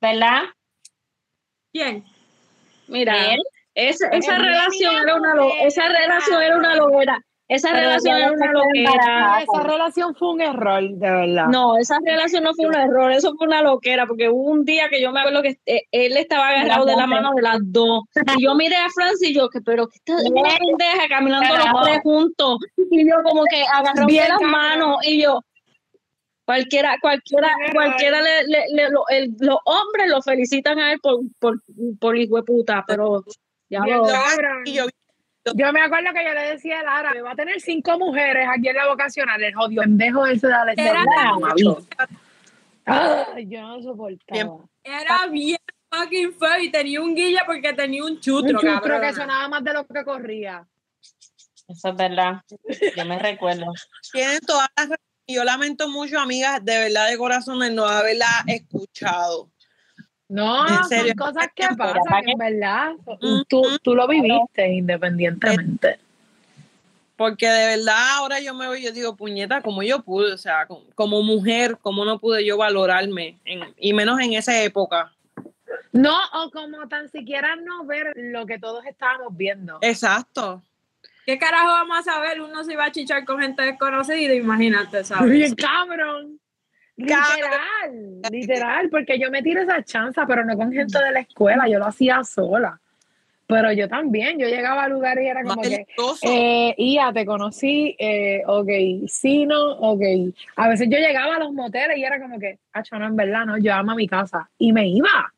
¿verdad?
¿Quién?
Mira,
Él.
esa,
Él
esa
me
relación era una lo-
loquera.
esa relación era una loquera, esa
Pero
relación
ya
era
no
una
se
loquera.
embarazaba.
Esa relación fue un error, de verdad.
No, esa relación no fue un error, eso fue una loquera, porque hubo un día que yo me acuerdo que eh, él estaba agarrado de la mano de las dos. Y yo miré a Francis y yo, que, pero que esta es una pendeja caminando los tres juntos. Y yo como que agarró de
Bien,
las
cabrón.
manos y yo, cualquiera, cualquiera, cualquiera, le- le- le- lo- el- los hombres lo felicitan a él por, por, por hijo de puta, pero ya
Bien,
lo...
cabrón.
Y yo,
Yo me acuerdo que yo le decía a Lara, me va a tener cinco mujeres aquí en la vocacional, el jodido pendejo ese de la
Era
Ay, yo no soportaba.
Era bien fucking feo y tenía un guille porque tenía un
Un
chutro,
chustro
cabrona.
que sonaba más de lo que corría.
Eso es verdad. Yo me recuerdo.
tienen todas las razones. Y yo lamento mucho, amigas, de verdad, de corazón, de no haberla escuchado.
No,
En
son
serio.
cosas que
Pero
pasan, en verdad. Tú, tú lo viviste independientemente.
Porque de verdad ahora yo me veo y yo digo, puñeta, como yo pude, o sea, com- como mujer, cómo no pude yo valorarme, en- y menos en esa época.
No, o como tan siquiera no ver lo que todos estábamos viendo.
Exacto.
¿Qué carajo vamos a saber? Uno se iba a chichar con gente desconocida, imagínate,
<laughs>
¿sabes?
Bien, cabrón. Literal, literal, porque yo me tiro esa chanza, pero no con gente de la escuela, yo lo hacía sola. Pero yo también, yo llegaba a lugares y era
Más
como que,
peligroso.
eh, Ia, te conocí, eh, ok, sí, no, ok. A veces yo llegaba a los moteles y era como que, acho, no, en verdad, no, yo amo a mi casa. Y me iba.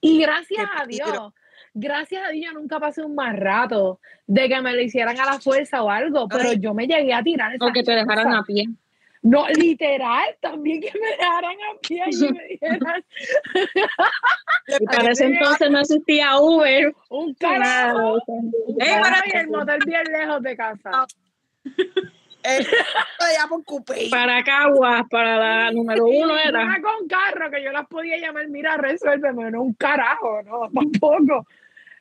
Y gracias
Qué
a Dios,
peligro.
gracias a Dios, yo nunca pasé un mal rato de que me lo hicieran a la fuerza o algo, pero
Ay.
yo me llegué a tirar esa
O que te dejaran
chanza.
a pie.
No, literal, también que me dejaran a pie y
<laughs>
me dijeran
Y para ese entonces no existía Uber.
un
Nada.
carajo.
Ey, para-
y el motel bien lejos de
Ah,
casa.
<laughs> Eh, allá por Coupé.
Para Caguas, para la número uno era.
Una con carro que yo las podía llamar, mira, resuélveme, no un carajo, no, <laughs> tampoco.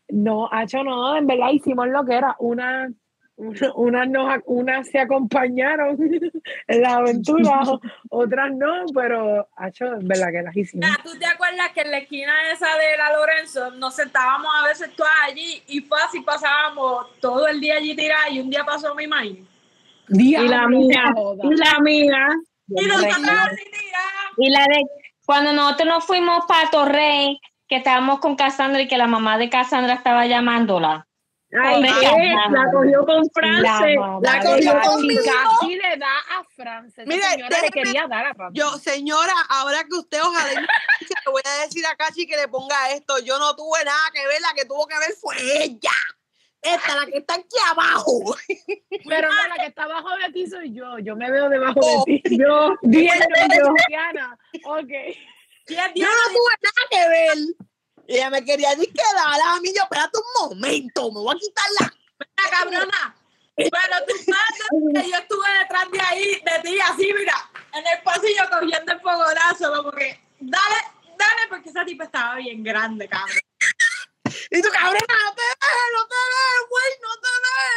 No, hacho, no, en verdad hicimos lo que era. Una, una, unas nos, ac- unas se acompañaron <laughs> en la aventura,
<laughs>
o- otras no, pero hacho, en verdad que las hicimos.
Ya, ¿Tú te acuerdas que en la esquina esa de la Lorenzo nos sentábamos a veces todas allí y fácil pasábamos todo el día allí tirada y un día pasó mi mãe?
Y la
Diablo,
mía,
no jodas.
y la mía.
Y nosotros así tiradas.
Y la de cuando nosotros nos fuimos para Torrey, que estábamos con Cassandra y que la mamá de Cassandra estaba llamándola.
Ay,
Pobre
¿qué?
Cassandra.
la cogió con France.
mamá
la
de
cogió
la
conmigo.
chica sí le da a Frances.
Mire,
Mire, señora le
déjeme-
quería dar a Frances.
Yo, señora, ahora que usted ojalá y me escuche, le voy a decir a Cachi que le ponga esto. Yo no tuve nada que ver, la que tuvo que ver fue ella. Esta, la que está aquí abajo.
Pero no, la que está abajo de ti
Oh. <laughs>
soy yo. Yo me veo debajo de ti. Yo, viendo yo. Diana, ok.
10
Yo
días.
no tuve nada que ver. Y ella me quería decir que la a mí. Yo, espérate un momento, me voy a quitar la.
la cabrona. Pero tú
<laughs>
sabes que yo estuve detrás de ahí, de ti, así, mira, en el pasillo cogiendo el fogonazo, como que, dale, dale, porque esa tipa estaba bien grande, cabrón.
Y tú, cabrona, no te dejes, no te dejes, güey, no te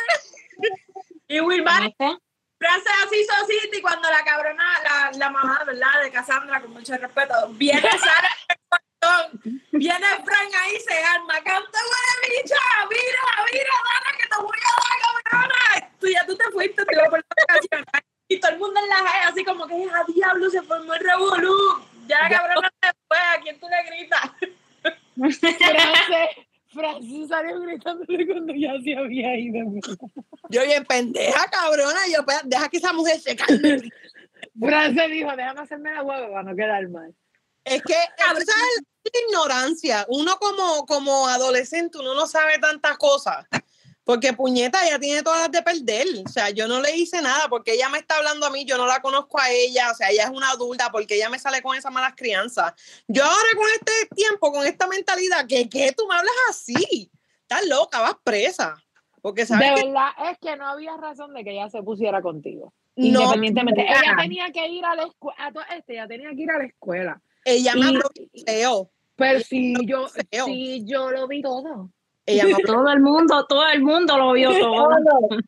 dejes.
Y Wilmar, Frances así, Sositi, cuando la cabrona, la, la mamá, ¿verdad? De Cassandra, con mucho respeto, viene Sara <laughs> en el portón, viene Frank ahí, se arma, canta, güey, bicha, mira, mira, dale, que te voy a dar, cabrona. Tú ya tú te fuiste, te iba por la canción. Y todo el mundo en la calle, así como que, a diablo, se formó el revolú. Ya la cabrona se fue, ¿a quién tú le gritas?
Frances, Frances salió gritándole cuando ya se había ido.
Yo, bien pendeja, cabrona. Y yo, "Espera, deja que esa mujer se calme. <laughs>
Frances dijo, déjame hacerme la huevo para no quedar mal.
Es que esa es la ignorancia. Uno como, como adolescente, uno no sabe tantas cosas. Porque puñeta ya tiene todas las de perder. O sea, yo no le hice nada porque ella me está hablando a mí, yo no la conozco a ella. O sea, ella es una adulta porque ella me sale con esas malas crianzas. Yo ahora con este tiempo, con esta mentalidad, que qué tú me hablas así? Estás loca, vas presa. Porque sabes
De
que
verdad es que no había razón de que ella se pusiera contigo.
no,
Independientemente, ella tenía que ir a la escuela, a todo este, ella tenía que ir a la escuela.
ella me
Y-
habló feo.
Pero si yo,
feo.
si yo lo vi todo.
Ella me
<laughs>
habló-
Todo el mundo, todo el mundo lo vio todo.
Yo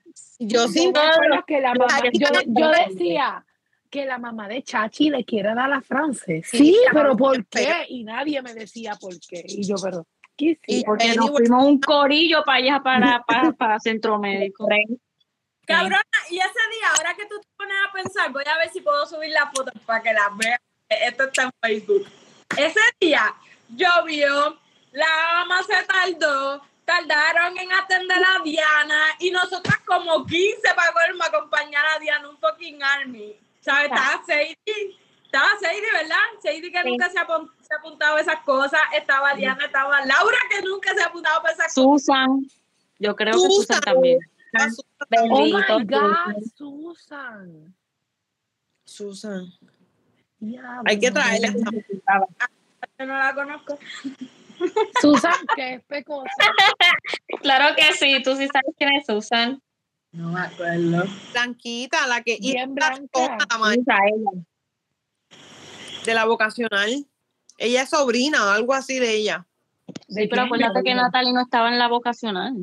Yo
sin
me acuerdo que la mamá,
Chachi
yo,
también
yo
lo
decía que la mamá de Chachi le quiere dar a Frances. Sí, pero ¿por qué? Y nadie me decía por qué. Y yo, pero, ¿qué
Y-
hicieron?
Porque nos
Anyway.
fuimos un corillo para allá, para, para, para Centro Médico.
Cabrona, y ese día, ahora que tú te pones a pensar, voy a ver si puedo subir la foto para que la vean. Esto está en Facebook. Ese día llovió, la ama se tardó, tardaron en atender a Diana y nosotras como 15 para colmo acompañar a Diana un fucking army. ¿Sabes? Estaba Sadie, estaba Sadie, ¿verdad? Sadie que nunca se ha, pon- se ha apuntado a esas cosas, estaba Diana, estaba Laura que nunca se ha apuntado para esas cosas.
Susan, yo creo que Susan
Susan.
también.
Oh my
Bendito,
God, Susan.
Susan.
Diablo.
Hay que traerla. esta
Yo no la conozco.
Susan, que es pecosa.
Claro que sí, tú sí sabes quién es Susan.
No me acuerdo.
blanquita, la que y
Bien
la
blanca.
toca, la madre
Esa, ella.
de la vocacional. Ella es sobrina o algo así de ella.
¿De
Sí, pero
quién?
acuérdate que Natalie no estaba en la vocacional.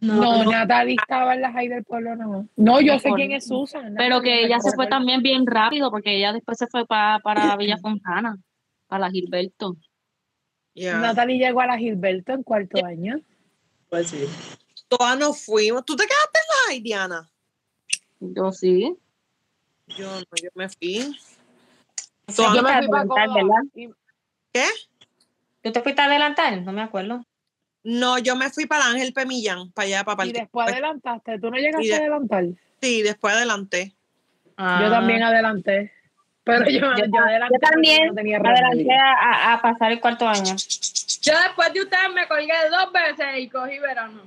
No, Natalie estaba en la high del pueblo no. No, yo sé
Por-
quién es Susan.
Pero
Natalie,
que ella se fue
recuerdo.
también bien rápido, porque ella después se fue pa- para Villa Fontana, para la Gilberto.
Ya.
Natalie llegó a la Gilberto en cuarto año.
Pues sí.
Todas nos fuimos. ¿Tú te quedaste en la Ay, Diana?
Yo sí.
Yo no, yo me fui.
Tú
Todas
Yo
te
me fui para
adelantar,
Coba.
¿verdad?
y-
¿Qué?
¿Tú te fuiste a adelantar? No me acuerdo.
No, yo me fui para Ángel Pemillán, para allá, para
Y
Parque.
después adelantaste, tú no llegaste
pues Y de-
a adelantar.
Sí, después adelante.
Yo también adelanté. Pero yo, yo,
ta-
adelanté
Ah. yo también
porque no tenía
Me adelanté
remedio.
a, a- a pasar el cuarto año.
Yo después de ustedes me colgué dos veces y cogí verano.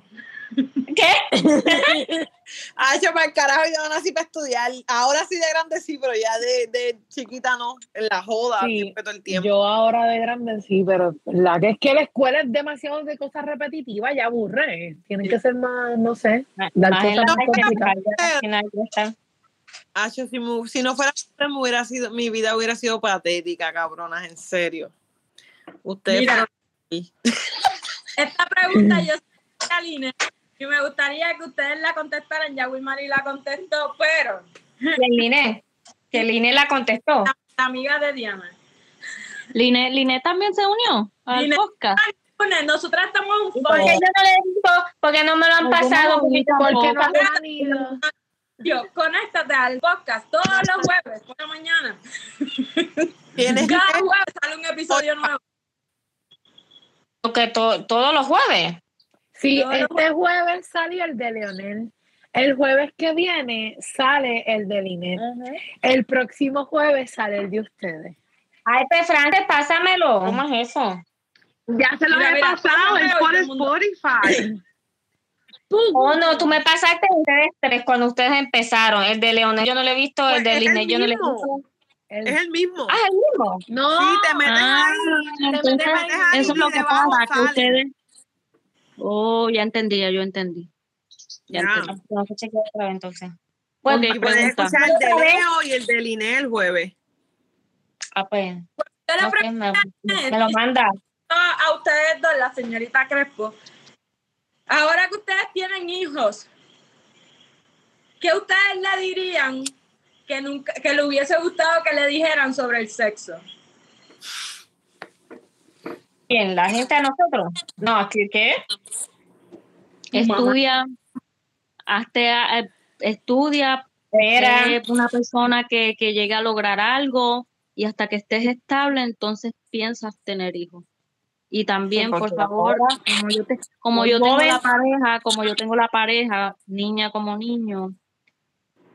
¿Qué?
Ah, yo para el carajo, yo no nací para estudiar. Ahora sí de grande sí, pero ya de, de chiquita no. En la joda,
Sí,
siempre todo el tiempo.
Yo ahora de grande sí, pero la que es que la escuela es demasiado de cosas repetitivas y aburre. Tienen que ser más, no sé, dar
Más en la
cosas más
noche,
complicadas.
tarde, al final ya está.
Ah, yo, si, me- si no fuera usted, me hubiera sido, mi vida hubiera sido patética, cabronas, en serio. Ustedes
Mira.
fueron-
<laughs> Esta pregunta yo soy de Aline y me gustaría que ustedes la contestaran. Ya Wilmary la contestó, pero
Que Line, que Line la contestó.
la amiga de Diana.
Liné, Liné también se unió al
Liné.
podcast.
Bueno, Nosotras estamos un
Porque
follow.
yo no le digo, porque no me lo han pasado. porque
Porque no
tampoco-
se han ido.
Yo, conéctate al podcast todos los jueves por la mañana.
Tienes que-
Cada jueves sale un episodio nuevo.
Porque to- todos los jueves.
Sí,
Todos los
este jueves salió el de Leonel. El jueves que viene sale el de Linet. El próximo jueves sale el de ustedes.
Ay, pues, Frances, pásamelo. ¿Cómo es eso?
Ya se lo
Mira,
he
mira,
pasado,
pásamelo
es
y
por
todo el mundo-
Spotify.
Oh, no, tú me pasaste ustedes tres cuando ustedes empezaron. El de Leonel yo no lo he visto, el
Pues
de
es el
Line yo no lo he
mismo.
visto.
El-
Es el mismo.
Ah, el mismo.
no,
sí, te metes
Ah,
ahí.
entonces
metes ahí
eso es lo
y
que
debajo
pasa, que
sale.
ustedes... Oh, ya entendí, ya yo entendí. Ya
Ya.
entendí.
Tengo que chequear otra vez, entonces.
Bueno, pues,
Y puedes
pregunta.
escuchar el de Leo y el de Liné el jueves.
Ah, pues.
Yo le
ok,
pregunto
me, me lo manda.
a ustedes dos, la señorita Crespo. Ahora que ustedes tienen hijos, ¿qué ustedes le dirían que, nunca, que le hubiese gustado que le dijeran sobre el sexo?
¿Quién? ¿La gente a nosotros? No, aquí, ¿qué?
Estudia, hazte a- eh, estudia,
Era.
sé una persona que, que llegue a lograr algo y hasta que estés estable, entonces piensas tener hijos. Y también, por
porque
favor,
ahora-
como yo, te- como
Muy
yo tengo
joven.
la pareja, como yo tengo la pareja, niña como niño,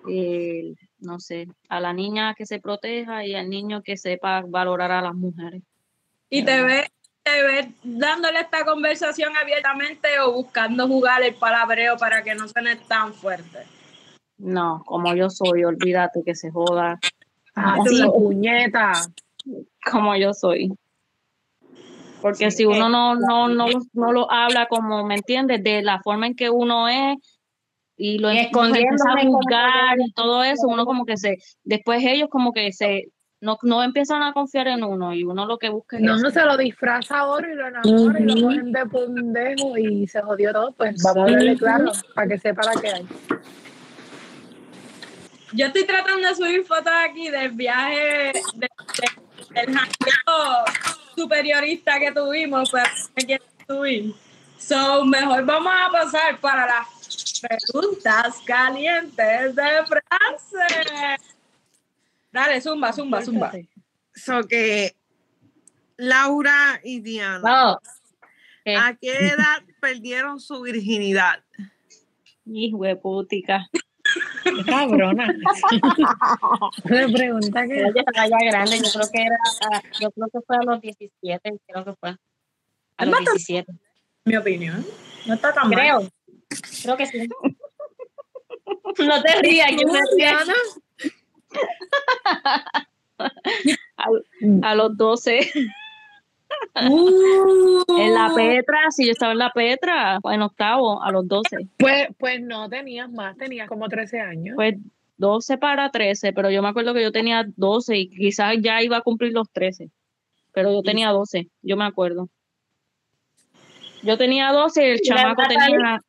eh, no sé, a la niña que se proteja y al niño que sepa valorar a las mujeres.
Y te ve, te ve dándole esta conversación abiertamente o buscando jugar el palabreo para que no suene tan fuerte.
No, como yo soy, olvídate que se joda,
ah,
Sí.
la puñeta.
como yo soy. Porque si uno no, no, no, lo- no lo habla como, ¿me entiendes? De la forma en que uno es y lo
Y
em- uno empieza a
escondiéndome como
juzgar y todo eso, uno como que se, después ellos como que se, no, no empiezan a confiar en uno y uno lo que busca es
No,
eso.
no se lo disfraza ahora y lo enamora y lo
Ujú.
ponen de pendejo y se jodió todo. Pues vamos a hablarle claro para que sepa la que hay.
Yo estoy tratando de subir fotos aquí del viaje, de- de- del jangueo superiorista que tuvimos, pero no me quiero subir. So, mejor vamos a pasar para las preguntas calientes de Frances. Dale, zumba, zumba, zumba.
So que Laura y Diana,
No. Eh,
¿a qué edad perdieron su virginidad?
hijo de putica.
Qué cabrona. Una pregunta que.
Ella estaba ya grande, yo creo que era, ah, yo creo que fue a los 17, creo que fue. A los 17.
Mi opinión. No está tan mal.
Creo. Creo que sí. No te rías, yo me río.
Diana,
A, a los 12. En la Petra, si yo estaba en la Petra, en octavo, a los 12.
Pues, pues no tenías más, tenías como 13 años.
Pues 12 para 13, pero yo me acuerdo que yo tenía 12 y quizás ya iba a cumplir los 13, pero yo tenía 12, yo me acuerdo. Yo tenía 12 y el chamaco tenía... <laughs>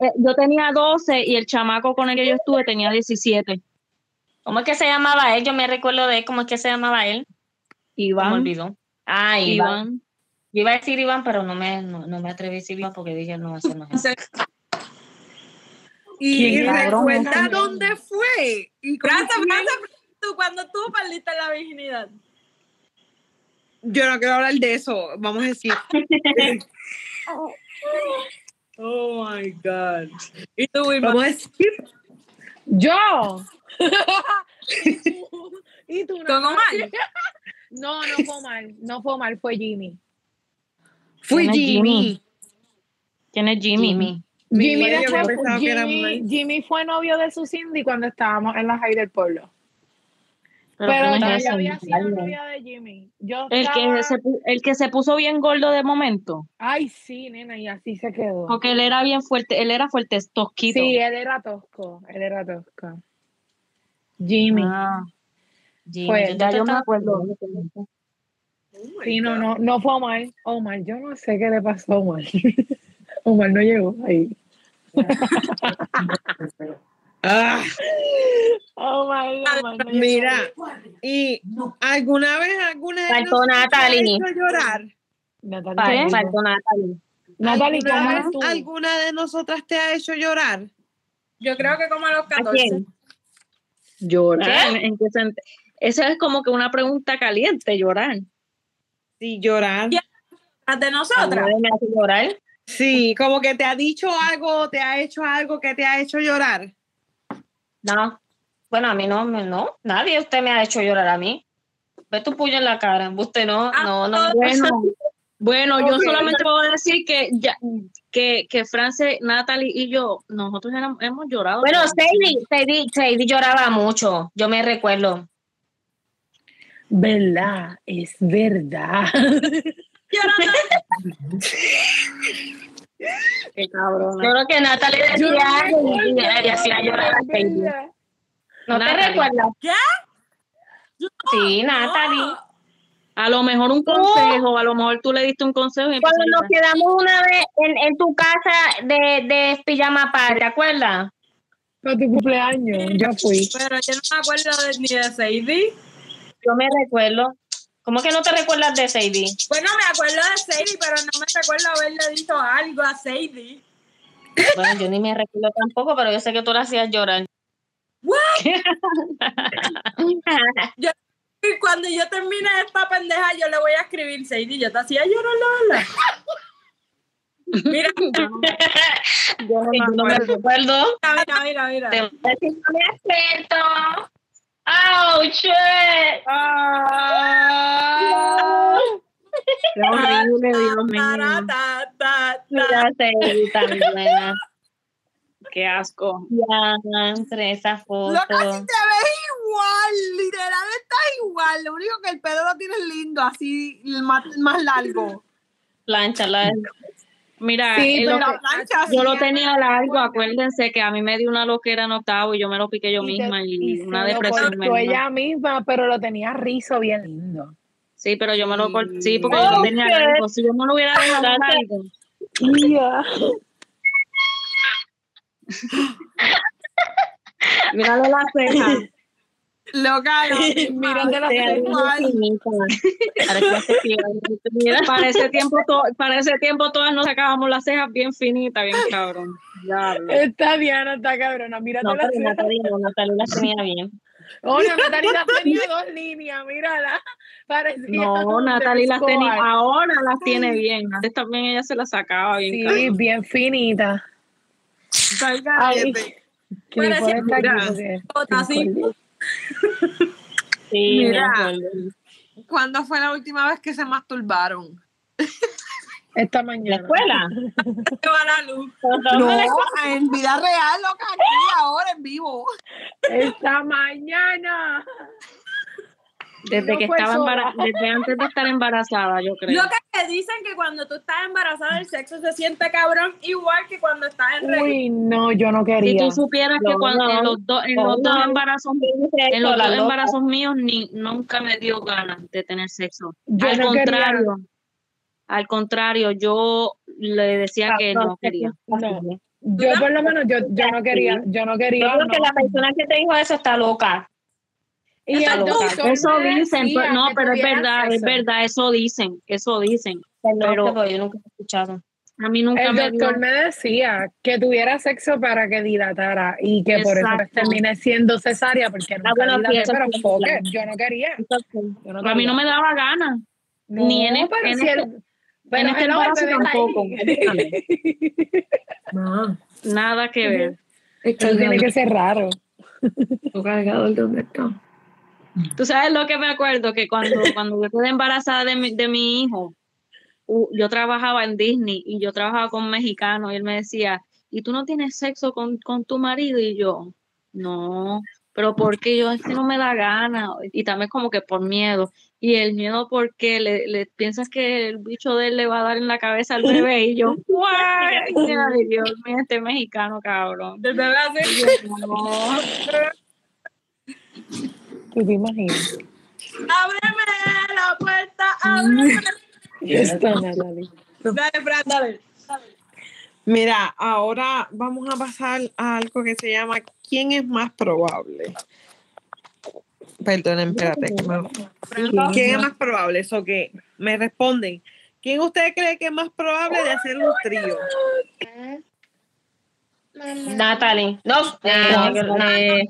Eh, Yo tenía 12 y el chamaco con el que yo estuve tenía 17.
¿Cómo es que se llamaba él? Yo me recuerdo de él, ¿cómo es que se llamaba él? Se Me
Iván,
olvidó. Ah, Iván.
Iván,
Yo iba a decir Iván, pero no me, no, no me atreví a decir Iván porque dije no va a ser <laughs> más. eso.
Y, y
Qué cabrón,
recuerda
no tenía-
dónde fue. Y con
Gracias,
quién.
gracias. Tú, cuando tú perdiste la virginidad.
Yo no quiero hablar de eso, vamos a decir.
Oh my God. Y tú, Wilma.
Vamos a decir.
¡Yo! ¿Y tú?
¿Todo mal?
Natalia? <laughs> No, no fue mal, no fue mal, fue Jimmy.
Fui
¿Quién es
Jimmy.
Jimmy? ¿quién es Jimmy?
Jimmy.
Mi
Jimmy,
madre, yo
después-
pensaba que era
Jimmy-
mal.
Jimmy fue novio de su Cindy cuando estábamos en la high del pueblo.
Pero
Pero,
¿quién
yo
es ese?
había sido novia de Jimmy. Yo
El
estaba-
que, se, pu- el que se puso bien gordo de momento,
Ay, sí, nena, y así se quedó.
porque él era bien fuerte, él era fuerte, tosquito.
Sí, él era tosco, él era tosco. Jimmy.
Ah.
Jimmy.
Pues,
Yo
ya
te
yo me
estaba-
acuerdo.
Sí, no, no, no fue Omar. Omar, yo no sé qué le pasó a Omar. <laughs> Omar no llegó ahí.
Ah,
Oh
Omar, Omar no llegó.
mira, y alguna vez alguna de
Faltó
nosotras te ha
Natalie.
hecho llorar.
Natalie,
Fal-
¿Qué?
Faltó Natalie.
Natalie, ¿cómo
¿Alguna,
eres tú?
vez alguna de nosotras te ha hecho llorar?
Yo creo que como a los
¿A
14.
quién?
Llorar. ¿En qué sent- Esa es como que una pregunta caliente, llorar.
Sí, llorar.
Las de
¿Alguna
nosotras.
vez me hace llorar?
Sí, como que te ha dicho algo, te ha hecho algo que te ha hecho llorar.
No. Bueno, a mí no, me- no. Nadie usted me ha hecho llorar a mí. Ve tu puño en la cara. Usted no,
Ah,
no, no.
Bueno, bueno yo
Ok.
solamente puedo decir que ya, que, que France, Natalie y yo, nosotros éramos- hemos llorado.
Bueno, Sadie, Sadie, Sadie lloraba mucho. Yo me recuerdo.
¿Verdad? Es verdad. <laughs>
Llorando.
Qué cabrona.
Yo creo que Natalia
Yo
decía
no
y- y- y hacía llorar a Heidi.
¿verdad?
¿No te
Natalie.
recuerdas?
¿Qué? Yo-
Sí, Natalie.
Ah,
A lo mejor un consejo, a lo mejor tú le diste un consejo y
Cuando
empezaste
nos
a-
quedamos una vez en, en tu casa de, de
Pijama Party, ¿te acuerdas?
Para tu cumpleaños, yo fui.
Pero yo no me acuerdo de- ni de Sadie.
Yo me recuerdo. ¿Cómo que no te recuerdas de Sadie?
Bueno, me acuerdo de Sadie, pero no me recuerdo haberle dicho algo a Sadie.
Bueno, yo ni me recuerdo tampoco, pero yo sé que tú la hacías llorar.
Y cuando yo termine esta pendeja, yo le voy a escribir, Sadie, yo te hacía llorar, Lola. Mira,
Yo no me
Yo no me
acuerdo.
recuerdo.
mira, mira, mira.
Te-
Qué horrible, Dios mío.
Ta, ta, ta, ta.
Mira, Sadie, tan buena. Qué asco.
Ya, entre esa
Loca, si te
foto.
ves igual, literal estás igual. Lo único que el pelo lo tienes lindo, así más, más largo.
Planchala.
Mira,
Sí,
es lo
pero-
que-
plancha,
yo lo
así,
tenía largo, acuérdense que a mí me dio una loquera en octavo y yo me lo piqué yo
Y te-
misma y,
y se
una
lo
depresión me
cortó
dio.
ella misma, pero lo tenía rizo bien lindo.
Sí, pero yo me lo corté, sí, porque yo lo tenía largo. Si yo me lo <laughs> hubiera dejado largo, mírale la ceja.
<laughs>
Loca,
<laughs>
lo mismo.
Mirando las
igual.
para ese tiempo, to- para ese tiempo todas nos sacábamos las cejas bien finitas, bien cabrón. Diablo.
Esta Diana está cabrona, mírate
No,
la
pero Natalie no, Natalie la tenía bien.
<laughs> Hola, Natalie las tenía dos líneas, mírala. <laughs> Parecía
No,
un
Natalie las
Scoar.
tenía, ahora las tiene bien. Antes también ella se las sacaba bien.
Sí,
cabrón.
bien finita.
Salga,
Ay,
vete.
que ni
Parecía-
puedo estar aquí
mira,
porque-
Jota, así.
Sí, me
Mira.
acuerdo.
¿Cuándo fue la última vez que se masturbaron?
Esta
¿La
mañana.
escuela?
Se va la luz.
No.
en vida real, loca, aquí, ahora en vivo.
Esta mañana.
Desde
No
que
fue
estaba
sola.
embarazada, desde antes de estar embarazada, yo creo.
Loca, que dicen que cuando tú estás embarazada el sexo se siente cabrón igual que cuando estás en regla.
Uy, no, yo no
Si
quería.
tú supieras que
No,
cuando en
no.
los, dos- en
No,
los dos
no.
embarazos, en los dos embarazos míos ni, nunca me dio ganas de tener sexo.
Yo
al
no quería.
contrario, al contrario, yo le decía que no quería.
No. Yo por lo menos yo, yo no quería, yo no
Yo
quería.
creo que
no.
la persona que te dijo eso está loca.
Y
está
el
loca.
doctor
Eso
me
dicen,
decía
pues, no,
que
pero es
tuviera
verdad, es
sexo.
verdad, eso dicen, eso dicen.
Pero,
Pero-
yo nunca he escuchado.
A mí nunca
El
me dio.
doctor me decía que tuviera sexo para que dilatara y que por eso
Exacto.
terminé siendo cesárea porque nunca
bueno, sí,
dilaté,
eso
pero
fue el
fuck
plan.
it, yo no quería. Yo no
Pero a mí
quería.
no me daba ganas. ni en
No,
es-
pero
en
si
este-
el- pero hello,
este
el
embarazo
bebé está
tampoco,
ahí.
honestamente.
<laughs>
Nada que ver.
Eso tiene que ser raro.
Tú sabes lo que me acuerdo, que <laughs> cuando, cuando yo quedé embarazada de mi, de mi hijo, u- yo trabajaba en Disney y yo trabajaba con mexicanos y él me decía, ¿y tú no tienes sexo con, con tu marido? Y yo, no, pero porque yo, es que no me da gana. Y también como que por miedo. Y el miedo porque le, le- piensas que el bicho de él le va a dar en la cabeza al bebé y <laughs> yo, ¡guay! Ay, Dios mío, este mexicano <laughs> cabrón.
Del bebé así.
No.
¿Tú te <laughs> imaginas?
Ábreme la puerta, ábreme.
Esto, Natalie.
Dale, Fran, dale.
Mira, ahora vamos a pasar a algo que se llama ¿Quién es más probable? Perdonen, espérate. que me- ¿Quién es más probable? Eso que me responden. ¿Quién usted cree que es más probable de hacer un trío?
Natalie. No.
Ah,
eh,
eh,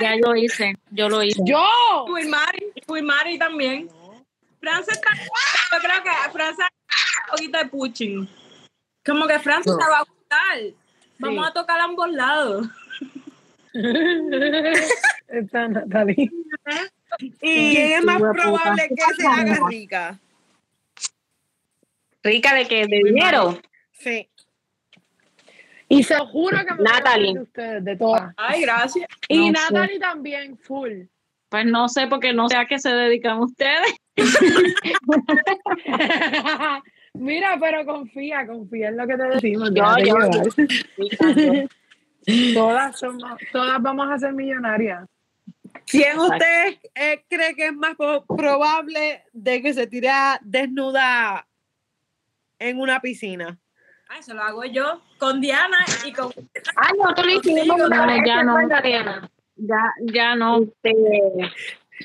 ya yo hice, yo lo hice.
¡Yo!
Fui Mari, fui Mari también. Frances está. Yo creo que Frances un poquito de puching. Como que Frances se va a gustar. Vamos a tocar a ambos lados.
Esta Natalie.
¿Y quién es más
Hijo de puta.
probable que se haga rica?
Rica de que de dinero.
Sí.
Y se lo juro que me voy a
Natalie.
acordar de ustedes, de todas.
Ay, gracias.
Y
No sé.
Natalie también, full.
Pues no sé, porque no sé a qué se dedican ustedes.
<laughs> Mira, pero confía, confía en lo que te decimos.
Yo,
déjate
yo,
llevar.
yo.
<laughs> Todas, somos, todas vamos a ser millonarias.
¿Quién usted eh, cree que es más po- probable de que se tire desnuda en una piscina?
Ay, se lo hago yo con Diana y con
Ah, nosotros lo hicimos una
No,
vez,
ya
¿te
no.
acuerdas, Diana? Este,
Ya, ya no.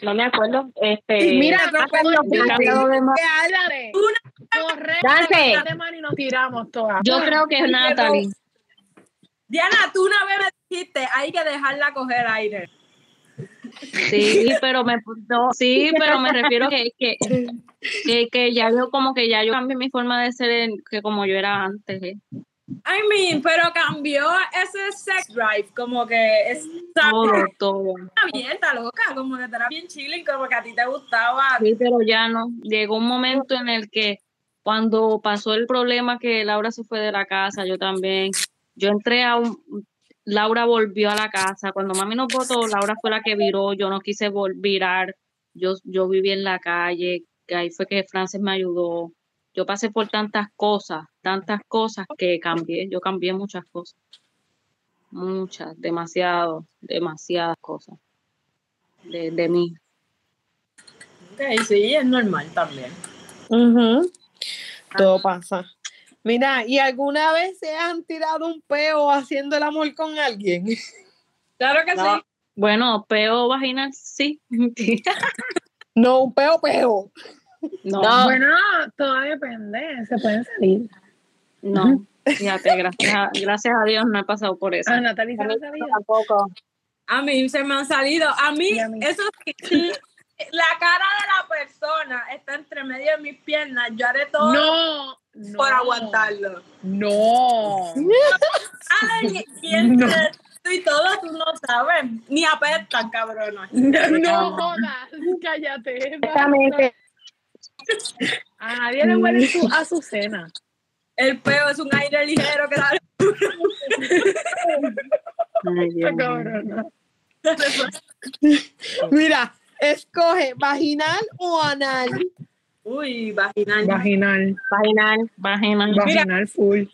no me acuerdo. Este,
Mira,
Ricardo de Ma-
Dale. Eh, Correcto.
Dance.
dale, mano, y nos tiramos todas.
yo creo que es Natalie.
Diana, tú una vez me dijiste, hay que dejarla coger aire.
Sí, pero me no, sí, pero me refiero que, que, que, que ya yo como que ya yo cambié mi forma de ser en- que como yo era antes. ¿eh?
I mean, pero cambió ese sex drive, como que es
Todo, todo.
abierta, loca, como que estará bien chilling, como que a ti te gustaba.
Sí, pero ya no. Llegó un momento en el que cuando pasó el problema que Laura se fue de la casa, yo también. Yo entré a un Laura volvió a la casa. Cuando mami nos votó, Laura fue la que viró, yo no quise vol- virar. Yo, yo viví en la calle, que ahí fue que Frances me ayudó. Yo pasé por tantas cosas, tantas cosas que cambié. Yo cambié muchas cosas. Muchas, demasiado, demasiadas cosas de, de mí.
Ok, sí, es normal también.
Ujú. Todo pasa. Mira, ¿y alguna vez se han tirado un peo haciendo el amor con alguien?
Claro que
No.
sí.
Bueno, peo vaginal, sí. <laughs>
No, un peo, peo.
no,
No.
no,
Bueno, todo depende, se pueden salir.
Fíjate, gracias a, gracias a Dios no he pasado por eso.
A Ah, Natalie se lo sabía.
Tampoco.
A mí se me han salido. A mí,
Y a mí.
eso sí, sí, la cara de la persona está entre medio de mis piernas. Yo haré todo
No, no.
por aguantarlo. <laughs>
No.
Saben quién
No.
te- tú y todo, tú no sabes. Ni apestan, cabrona.
No, no jodas, <laughs> cállate.
Exactamente.
A nadie le huele su azucena. <laughs>
El peo es un aire ligero que da
Ay, Dios
Está
mío.
cabrona.
Mira, escoge vaginal o anal.
Uy, vaginal.
Vaginal,
Vaginal.
Vaginal.
vaginal full.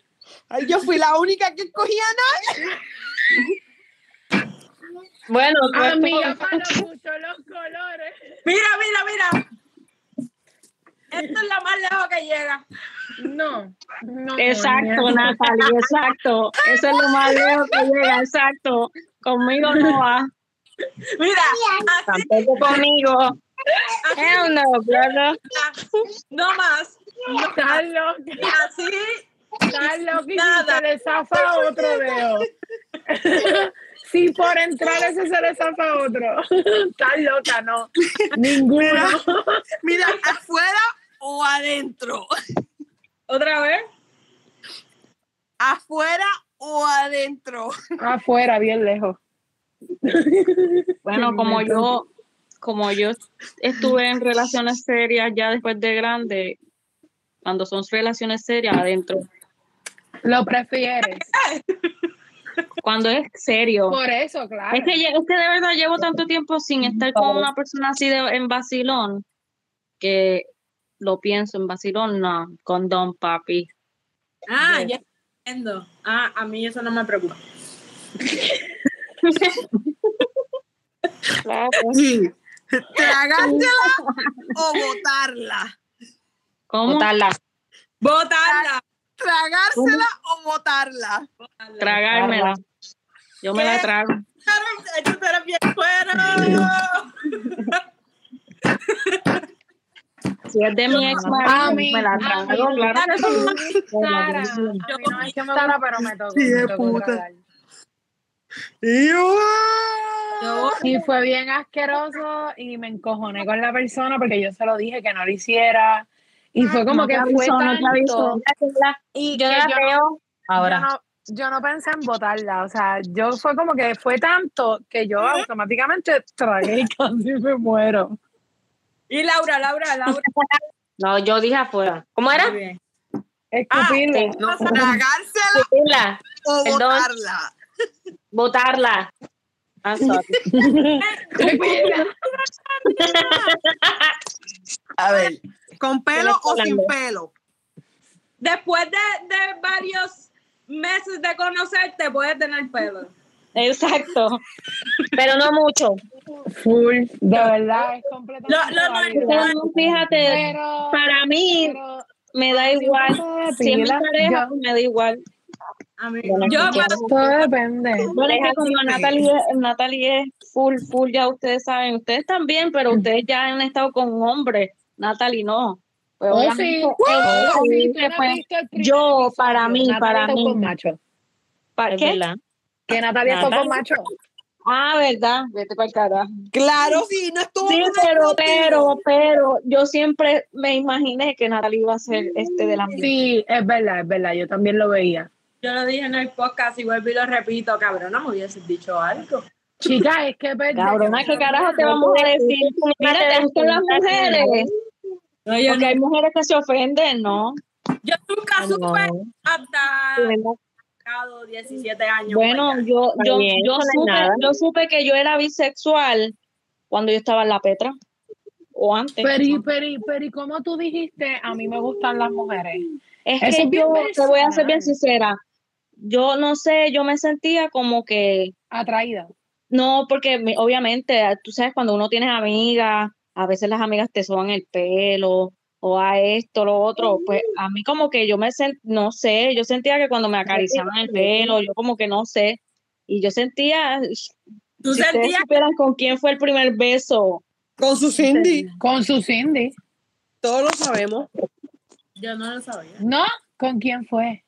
Ay, yo fui la única que escogí anal.
Bueno, tú eres
Amiga,
como-
para mucho los colores.
Mira, mira, mira. Esto es lo más lejos que llega.
No, no.
exacto,
no.
Natalie, exacto. Eso es lo más lejos que llega, exacto. Conmigo no va.
Mira, así,
Tampoco conmigo. Hell no, brother.
no más.
Está loca,
Así,
está loca y si
Nada.
se le zafa otro dedo. <laughs> Si por entrar ese se le zafa otro. <laughs> Está loca, no. Ninguno.
Mira, afuera o adentro.
otra vez.
Afuera o adentro.
Afuera, bien lejos.
Bueno,
Sí,
como
me
yo, como yo estuve en relaciones serias ya después de grande, cuando son relaciones serias adentro,
Lo prefieres.
cuando es serio.
Por eso, claro.
Es que, lle- es que de verdad llevo tanto tiempo sin estar con una persona así de, en vacilón que lo pienso en vacilón, no, con Don Papi.
Ah, ya entiendo. Ah, a mí eso no me preocupa.
Sí. Tragársela o botarla.
¿Cómo?
Botarla.
Botarla.
Tragársela o botarla.
Tragármela. Yo me la
¿Qué?
trago.
Esto era bien fuera.
Si es de mi ex
A
marido,
mí,
me la
a
trago,
mí,
claro que sí.
Sara. A mí no es que me gusta, pero me tocó.
Sí, de
me tocó
puta.
tragar.
Yo-
Y fue bien asqueroso y me encojoné con la persona porque yo se lo dije que no lo hiciera. Y fue como
No te
que
avisó,
fue
no te avisó.
tanto. Y
Yo
que
la
yo no-
veo
Yo
ahora.
no, yo no pensé en votarla, o sea, yo fue como que fue tanto que yo automáticamente tragué y casi me muero.
Y Laura, Laura, Laura.
No, yo dije afuera. ¿Cómo era?
Muy bien.
Ah,
Escupirle.
No, tragársela
Botarla.
o
Perdón.
botarla.
Botarla.
Ah, sorry.
A ver,
¿Con pelo o sin pelo?
Después de, de varios meses de conocerte, puedes tener pelo.
Exacto.
Pero no mucho.
Full, de verdad, es completamente.
Lo- lo
válido.
Entonces, no, fíjate,
pero,
para mí
pero
me da igual.
Pero-
Si es mi pareja,
Yo-
me da igual.
A mí.
Bueno,
yo,
yo-
cuando-
todo depende.
Bueno, es que como Natalie, Natalie es full, full, ya ustedes saben, ustedes también, pero ustedes ya han estado con un hombre, Natalie no. Pues,
Oh,
obviamente,
sí.
eh,
Oh, sí,
obviamente,
tú no has
pues,
visto el primer
yo, para mí,
Natalia
para
tocó
mí,
con macho.
¿para
Es
qué?
verdad.
Que Natalia tocó
Natalia.
macho.
Ah, verdad, vete para el carajo.
claro, sí, no estuvo
Sí,
mal
pero,
contigo.
pero, pero, yo siempre me imaginé que Natalie iba a ser este del ambiente.
Sí, es verdad, es verdad. Yo también lo veía.
yo lo dije en el podcast y vuelvo y lo repito, cabrón, no me hubieses dicho algo.
Chica, es que es verdad.
Cabrona, ¿qué carajo te vamos a decir? Mira, te gustan las mujeres.
No, yo,
Porque hay mujeres que se ofenden, ¿no?
no- yo nunca supe hasta 17 años. pues,
Bueno, yo,
Está
yo,
bien, eso
yo,
no es
supe,
nada.
yo supe que yo era bisexual cuando yo estaba en la Petra. O antes.
Pero, y- pero, y- pero, y como tú dijiste, a mí me gustan las mujeres.
es
eso
que
es bien
yo te voy a ser bien
personal.
sincera. Yo no sé, yo me sentía como que
Atraída.
No, porque mi- obviamente, ah, tú sabes, cuando uno tiene amigas, a veces las amigas te soban el pelo o a esto, lo otro, pues a mí como que yo me sent, no sé, yo sentía que cuando me acariciaban el pelo, yo como que no sé, y yo sentía,
Tú
si ustedes
sentías
supieran con quién fue el primer beso,
Con su Cindy.
Con su Cindy.
Todos lo sabemos.
Yo no lo sabía.
¿No? ¿Con quién fue?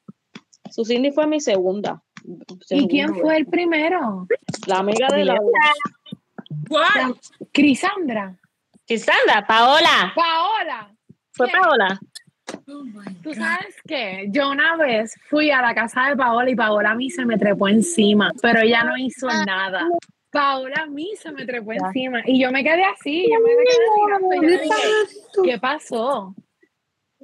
su Cindy fue mi segunda.
¿Y
segunda
quién
vez.
fue el primero?
La amiga de la...
¿Cuál?
Crisandra.
Chisanda, Paola.
Paola.
Fue
¿Qué?
Paola.
¿Tú sabes qué? Yo una vez fui a la casa de Paola y Paola a mí se me trepó encima, pero ella no hizo nada. Paola a mí se me trepó encima y yo me quedé así, yo me quedé mirando, y yo le dije, ¿qué pasó?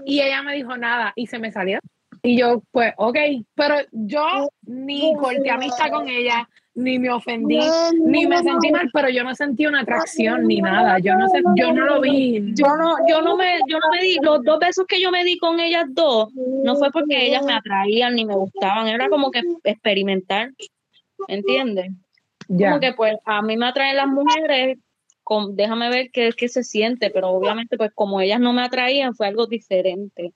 Y ella me dijo nada y se me salió. Y yo, pues, ok, pero yo ni corté amistad con ella, ni me ofendí, ni me sentí mal, pero yo no sentí una atracción ni nada. Yo no sé, yo no lo vi.
Yo no, yo no me, yo no me di, los dos besos que yo me di con ellas dos, no fue porque ellas me atraían ni me gustaban, era como que experimentar, ¿entiendes?
Ya.
Como que pues a mí me atraen las mujeres, con, déjame ver qué, qué se siente, pero obviamente pues como ellas no me atraían fue algo diferente.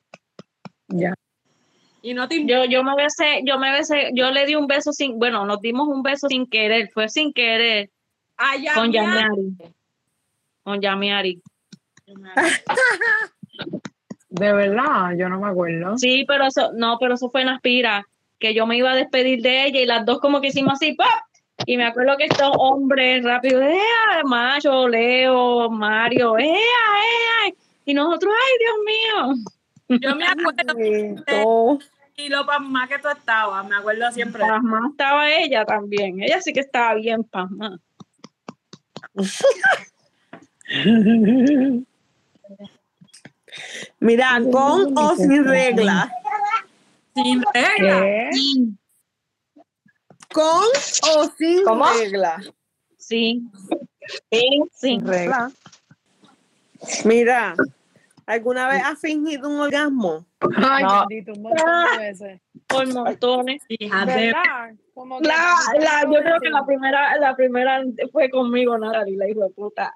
Y no te importa.
Yo, yo me besé, yo me besé, yo le di un beso sin, bueno, nos dimos un beso sin querer, fue sin querer,
Allá,
con
mira,
Yamiari. Con Yamiari. Ah,
De verdad, yo no me acuerdo.
Sí, pero eso, no, pero eso fue en Aspira, que yo me iba a despedir de ella y las dos como que hicimos así, ¡pap! Y me acuerdo que estos hombres rápido, ¡ea! Macho, Leo, Mario, ¡ea, ea! Y nosotros, ¡ay, Dios mío!
yo me acuerdo y lo pasma que tú estabas, me acuerdo siempre.
Pasmada estaba ella también, ella sí que estaba bien pasmada.
Mira, con o sin regla.
Sin regla.
¿Qué?
Con o sin
¿Cómo?
regla.
Sí. Sí, sí.
Mira, ¿alguna vez has fingido un orgasmo?
Ay,
No.
bendito, un montón de veces.
Por montones.
Ah,
Hija de-
¿Verdad? Como que-
La, la, yo creo que la primera, la primera fue conmigo, Natalie, la hijo de puta.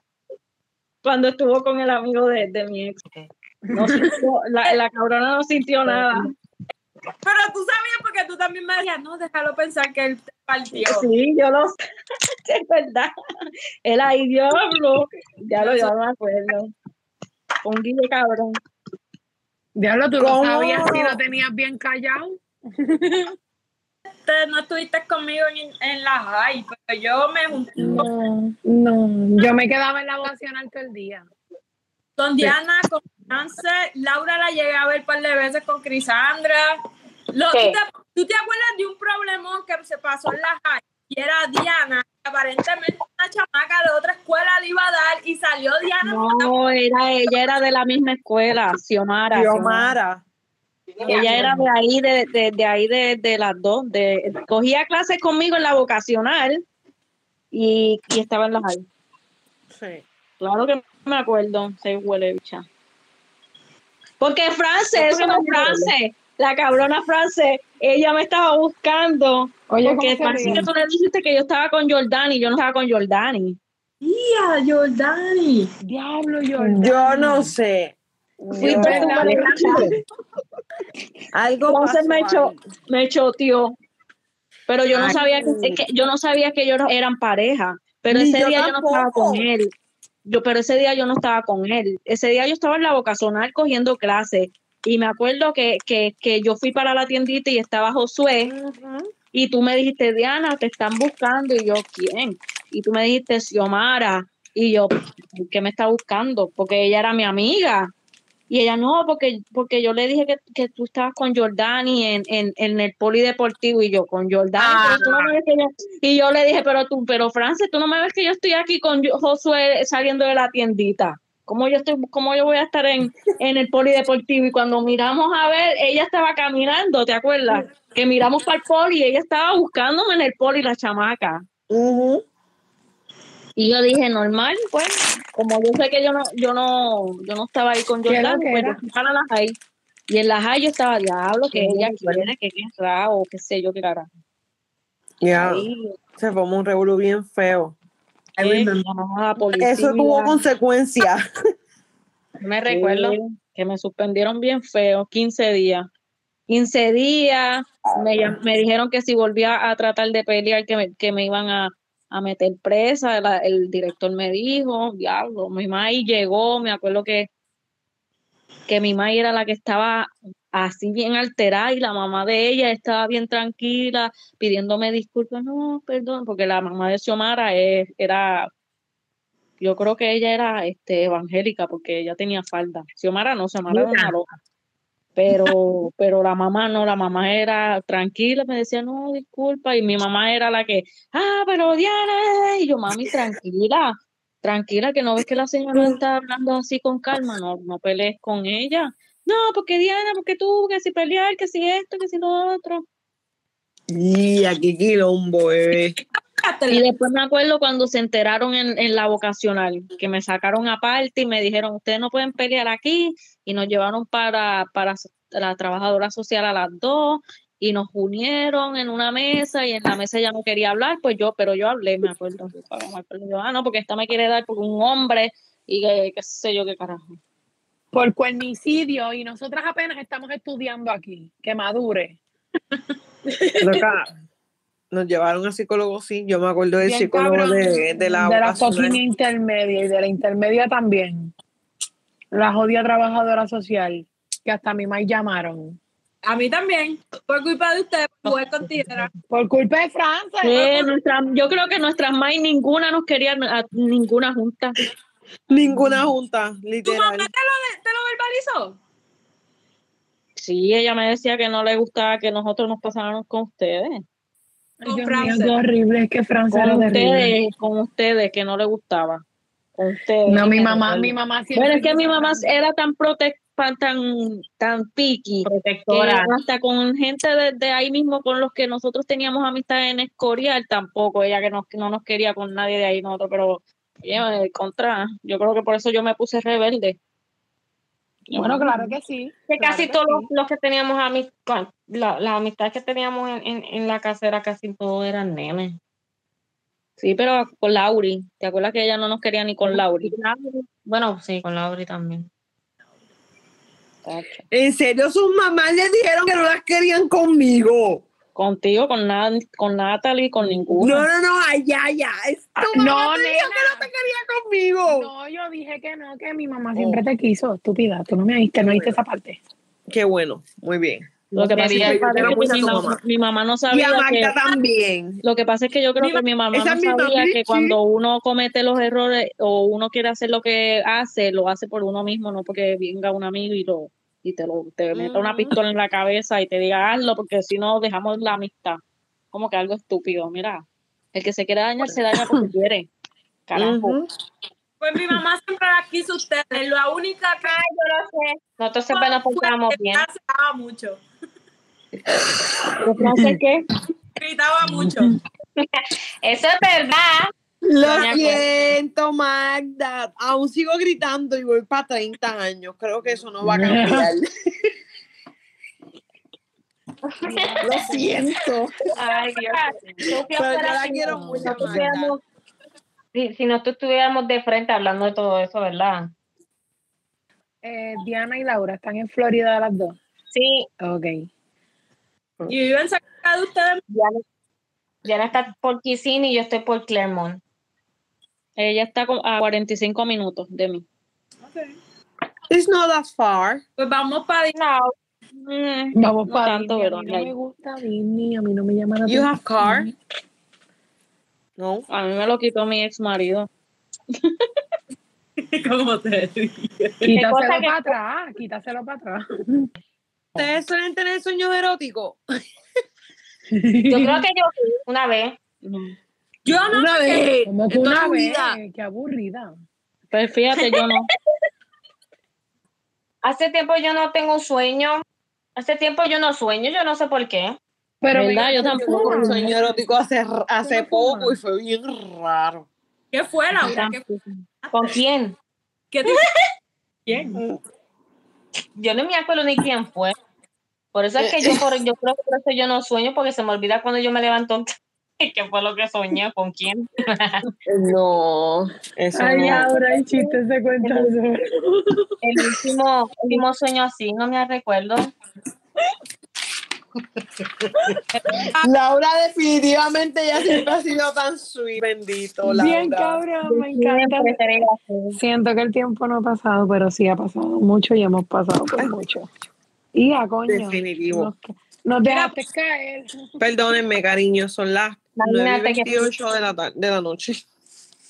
Cuando estuvo con el amigo de, de mi ex. No sintió- la, la cabrona no sintió nada.
Pero tú sabías porque tú también me decías, no, déjalo pensar que él te partió.
Sí, yo lo sé, <laughs> es verdad. Él ahí, diablo. Ya lo, ya no me acuerdo. Un guille cabrón.
Diablo, tú lo
¿Cómo?
sabías si lo tenías bien callado.
Te- no estuviste conmigo en, en la high, pero yo me junté
Mm,
No, no. Yo me quedaba en la vocacional todo el día.
con Diana, con Nance, Laura la llegué a ver un par de veces con Crisandra. Lo- ¿tú,
Sí.
te, tú te acuerdas de un problemón que se pasó en la high? Y era Diana, que aparentemente una chamaca de otra escuela le iba a dar y salió Diana.
No, era ella, era de la misma escuela, Xiomara.
Diomara.
Ella era de ahí, de, de, de ahí, de, de las dos. De, cogía clases conmigo en la vocacional y, y estaba en la high.
Sí.
Claro que me acuerdo, se huele bicha. Porque Frances,
Yo creo que no
Frances, la cabrona Frances, ella me estaba buscando.
Oye, ¿cómo
porque
se
parece que
ríe?
tú le dijiste que yo estaba con Jordani, yo no estaba con Jordani.
Tía, Jordani.
Diablo, Jordan.
Yo no sé.
Fui
Yo-
por tu madre.
Algo
Entonces
pasó
me
ahí.
echó, me tío. Pero yo no
Ay.
sabía que, es que- yo no sabía que ellos eran pareja. Pero
Ni
ese
yo
día yo no estaba
tampoco.
con él. Yo, pero ese día yo no estaba con él. Ese día yo estaba en la vocacional cogiendo clases. Y me acuerdo que, que, que yo fui para la tiendita y estaba Josué. Y tú me dijiste, Diana, te están buscando. Y yo, ¿quién? Y tú me dijiste, Xiomara. Y yo, ¿por qué me está buscando? Porque ella era mi amiga. Y ella, no, porque, porque yo le dije que, que tú estabas con Jordani en, en, en el polideportivo. Y yo, con Jordani. pero tú no me ves que yo-". Y yo le dije, pero tú, pero Frances, tú no me ves que yo estoy aquí con yo- Josué saliendo de la tiendita. ¿Cómo yo, estoy, ¿Cómo yo voy a estar en, en el polideportivo? Y cuando miramos a ver, ella estaba caminando, ¿te acuerdas? que miramos para el poli y ella estaba buscándome en el poli la chamaca.
Ujú.
Y yo dije, normal, pues, como yo sé que yo no, yo no, yo no estaba ahí con
¿Qué era
Jordan,
que
pues
era?
yo fui para la high. Y en la high yo estaba, diablo, que
Sí, me
ella
pues".
acuerdo.
quiere, que qué raro, qué sé yo, qué cara.
Ya.
Ahí,
Se formó un revolú bien feo.
qué cara, policía.
Eso tuvo consecuencias.
Me
que-
recuerdo.
Que me suspendieron bien feo, 15 días. 15 días, me, llam- me dijeron que si volvía a tratar de pelear, que me, que me iban a, a meter presa. La- el director me dijo, diablo, mi maíz llegó, me acuerdo que, que mi maíz era la que estaba así bien alterada y la mamá de ella estaba bien tranquila, pidiéndome disculpas, no, perdón, porque la mamá de Xiomara es- era, yo creo que ella era este, evangélica porque ella tenía falda. Xiomara no, Xiomara era una loca. Pero, pero la mamá no, la mamá era tranquila, me decía, no, disculpa, y mi mamá era la que, ah, pero Diana, eh", y yo, mami, tranquila, tranquila, que no ves que la señora está hablando así con calma, no, no pelees con ella. No, porque Diana, porque tú, que si pelear, que si esto, que si lo otro.
Y aquí quilombo, bebé.
Y después me acuerdo cuando se enteraron en, en la vocacional, que me sacaron aparte y me dijeron, ustedes no pueden pelear aquí, y nos llevaron para, para so- la trabajadora social a las dos, y nos unieron en una mesa, y en la mesa ella no quería hablar, pues yo, pero yo hablé, me acuerdo, yo, "Ah, me acuerdo", yo, ah, no, porque esta me quiere dar por un hombre, y que, qué sé yo qué carajo.
Por cuernicidio y nosotras apenas estamos estudiando aquí. Que madure.
Loca, Nos llevaron a psicólogo, sí. Yo me acuerdo del
Bien
psicólogo
cabrón.
de, de la
de la
vocacional.
coquina intermedia y de la intermedia también. La jodida trabajadora social, que hasta a mi mamá llamaron.
A mí también. Por culpa de ustedes, jugué <laughs> con tijera.
Por culpa de Francia.
Eh, nuestra- yo creo que nuestras más ninguna nos quería a ninguna junta.
Ninguna junta,
¿Tu mamá
literal.
te lo, de- te lo verbalizó?
Sí, ella me decía que no le gustaba que nosotros nos pasáramos con ustedes.
Ay,
Con
Dios mío,
Frances.
qué horrible. Es que Francia
Con
era terrible.
ustedes, con ustedes, que no le gustaba. Con ustedes.
No, mi mamá, mi mamá siempre.
Bueno, es que mi mamá era tan prote tan, tan, tan piqui que
Protectora.
hasta con gente de, de ahí mismo con los que nosotros teníamos amistad en Escorial tampoco, ella que no, no nos quería con nadie de ahí nosotros, pero oye, contra, yo creo que por eso yo me puse rebelde.
Bueno, claro que sí.
Que
claro
casi
que
todos
sí.
los, los que teníamos amistad, la, las amistades que teníamos en, en, en la casa era casi todos eran nenes.
Sí, pero con Lauri, ¿te acuerdas que ella no nos quería ni con Lauri?
Bueno, sí, con Lauri también.
Tacho.
En serio, sus mamás les dijeron que no las querían conmigo.
Contigo, con, Nan- con Natalie, con
No,
ninguna.
no, no, ay, ya, ya. Es- Tu
Ah, No,
mamá te dijo
nena.
que no te quería conmigo.
No, yo dije que no, que mi mamá siempre
Oh.
te quiso, estúpida. Tú no me oíste, no oíste esa parte.
Qué bueno, muy bien.
Lo que pasa es
Quería
que,
que
parece
quiera
que
mucho a
mi,
tu
mam-
mamá.
mi mamá no
Y
sabía
a
que...
Magda también.
Lo que pasa es que yo creo
Mi
que mi mamá
esa
no
es mi
sabía
mamichi.
que cuando uno comete los errores o uno quiere hacer lo que hace, lo hace por uno mismo, no porque venga un amigo y lo y te lo te meta una
Ujú.
pistola en la cabeza y te diga hazlo porque si no dejamos la amistad. Como que algo estúpido, mira. El que se quiere dañar se daña
<laughs>
porque quiere. Carajo.
Ujú.
Pues mi mamá siempre la quiso ustedes. La única que
Nosotros siempre nos portábamos bien.
gritaba mucho.
Pero Frances, ¿qué?
Gritaba mucho.
Eso es verdad.
Lo
Me acuerdo.
siento, Magda. Aún sigo gritando y voy para 30 años. Creo que eso no va a
<laughs>
cambiar. Lo siento.
Ay, Dios.
Pero yo la quiero mucho, Magda.
Si, si nosotros estuviéramos de frente hablando de todo eso, ¿verdad?
Eh, Diana y Laura están en Florida las dos.
Sí,
Ok.
Y viven cerca de ustedes.
Diana está por Kissimmee y yo estoy por Claremont.
Ella está como a 45 minutos de mí.
It's not that far.
Pues vamos para
No,
Mm,
Vamos
no
para
tanto,
Disney.
pero
A mí
ya.
no me gusta Disney, a mí no me llama la
You
atención.
have car?
Mm.
No.
A mí me lo quitó mi ex marido.
<laughs> ¿Cómo te digo?
Quítaselo
cosa que-
para atrás, quítaselo para atrás.
Ustedes suelen tener sueños eróticos.
yo creo que yo fui una vez.
No.
Yo no,
Una vez.
Como que
en toda
una
tu
vez,
vida.
qué aburrida.
Pues fíjate, yo no.
Hace tiempo yo no tengo un sueño. Hace tiempo yo no sueño, yo no sé por qué.
Pero
¿Verdad?
mira,
Yo
no
tampoco
fuman.
Mm.
Un sueño erótico hace, hace
no fumas?
poco y fue bien raro.
¿qué fue Laura? ¿Qué,
¿Con quién?
qué te
Yo no me acuerdo ni quién fue. Por eso es que yo, por- yo creo que por eso yo no sueño, porque se me olvida cuando yo me <laughs> levanto. ¿Qué fue lo que soñé? ¿Con quién?
No, eso
Ay,
no.
ahora el chiste se cuenta solo.
El último, el último sueño así, no me recuerdo.
Laura definitivamente ya siempre ha sido tan sweet. Bendito, Laura.
Bien, cabrón, me encanta.
Siempre seré así.
Siento que el tiempo no ha pasado, pero sí ha pasado mucho y hemos pasado por mucho. Y a coño.
Definitivo.
Nos, nos dejaste caer.
Perdónenme, cariño, son las
Imagínate
9.28 de la, tar- de la noche.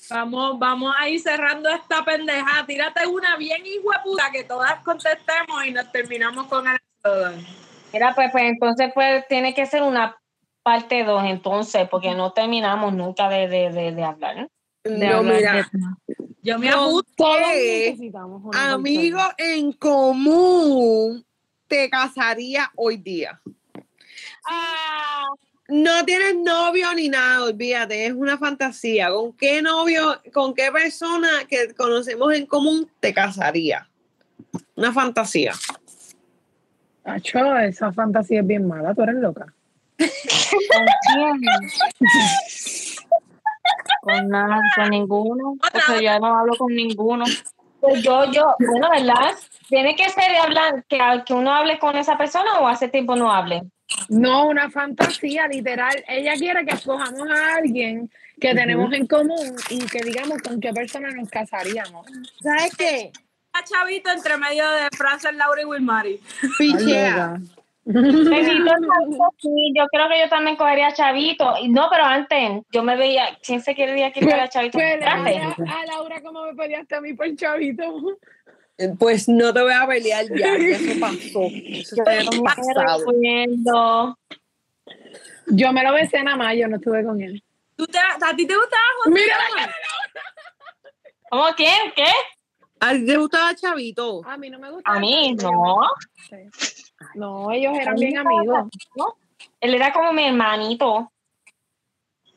Vamos, vamos a ir cerrando esta pendeja. Tírate una bien puta que todas contestemos y nos terminamos con el eslogan.
Mira, pues, pues, entonces pues tiene que ser una parte 2 entonces, porque no terminamos nunca de, de, de, de hablar.
De
no,
hablar
mira,
Yo me apunto.
Todos
¿Qué?
necesitamos una
amigo en común, te casaría hoy día. No tienes novio ni nada, olvídate, es una fantasía. ¿Con qué novio, con qué persona que conocemos en común te casaría? Una fantasía.
persona. Acho, esa fantasía es bien mala, tú eres loca.
¿Con quién? con nada, con ninguno. Porque ya no hablo con ninguno.
Pues yo, yo, bueno, ¿verdad? Tiene que ser de hablar, que, que uno hable con esa persona o hace tiempo no hable.
No, una fantasía, literal. Ella quiere que escojamos a alguien que tenemos en común y que digamos con qué persona nos casaríamos.
¿Sabes qué?
a Chavito entre medio de Frances, Laura y Wilmary.
Pichea.
Bendito Chavito, sí, yo creo que yo también cogería a Chavito. Y No, pero antes, yo me veía, ¿quién se quería quitar a Chavito?
Pues, Pelea
Espérate.
a Laura como me peleaste a mí por chavito.
Pues no te voy a pelear ya, ya eso pasó. Eso
Yo
está
no me
pasado.
recuerdo.
Yo me lo besé nada más, yo no estuve con él.
¿Tú te, ¿A ti te gustaba José?
Mira,
¿Cómo qué? ¿Qué?
¿A ti te gustaba Chavito?
a mí no me gusta.
A mí, no.
No, ellos eran
A mí
bien
no.
amigos.
Él era como mi hermanito.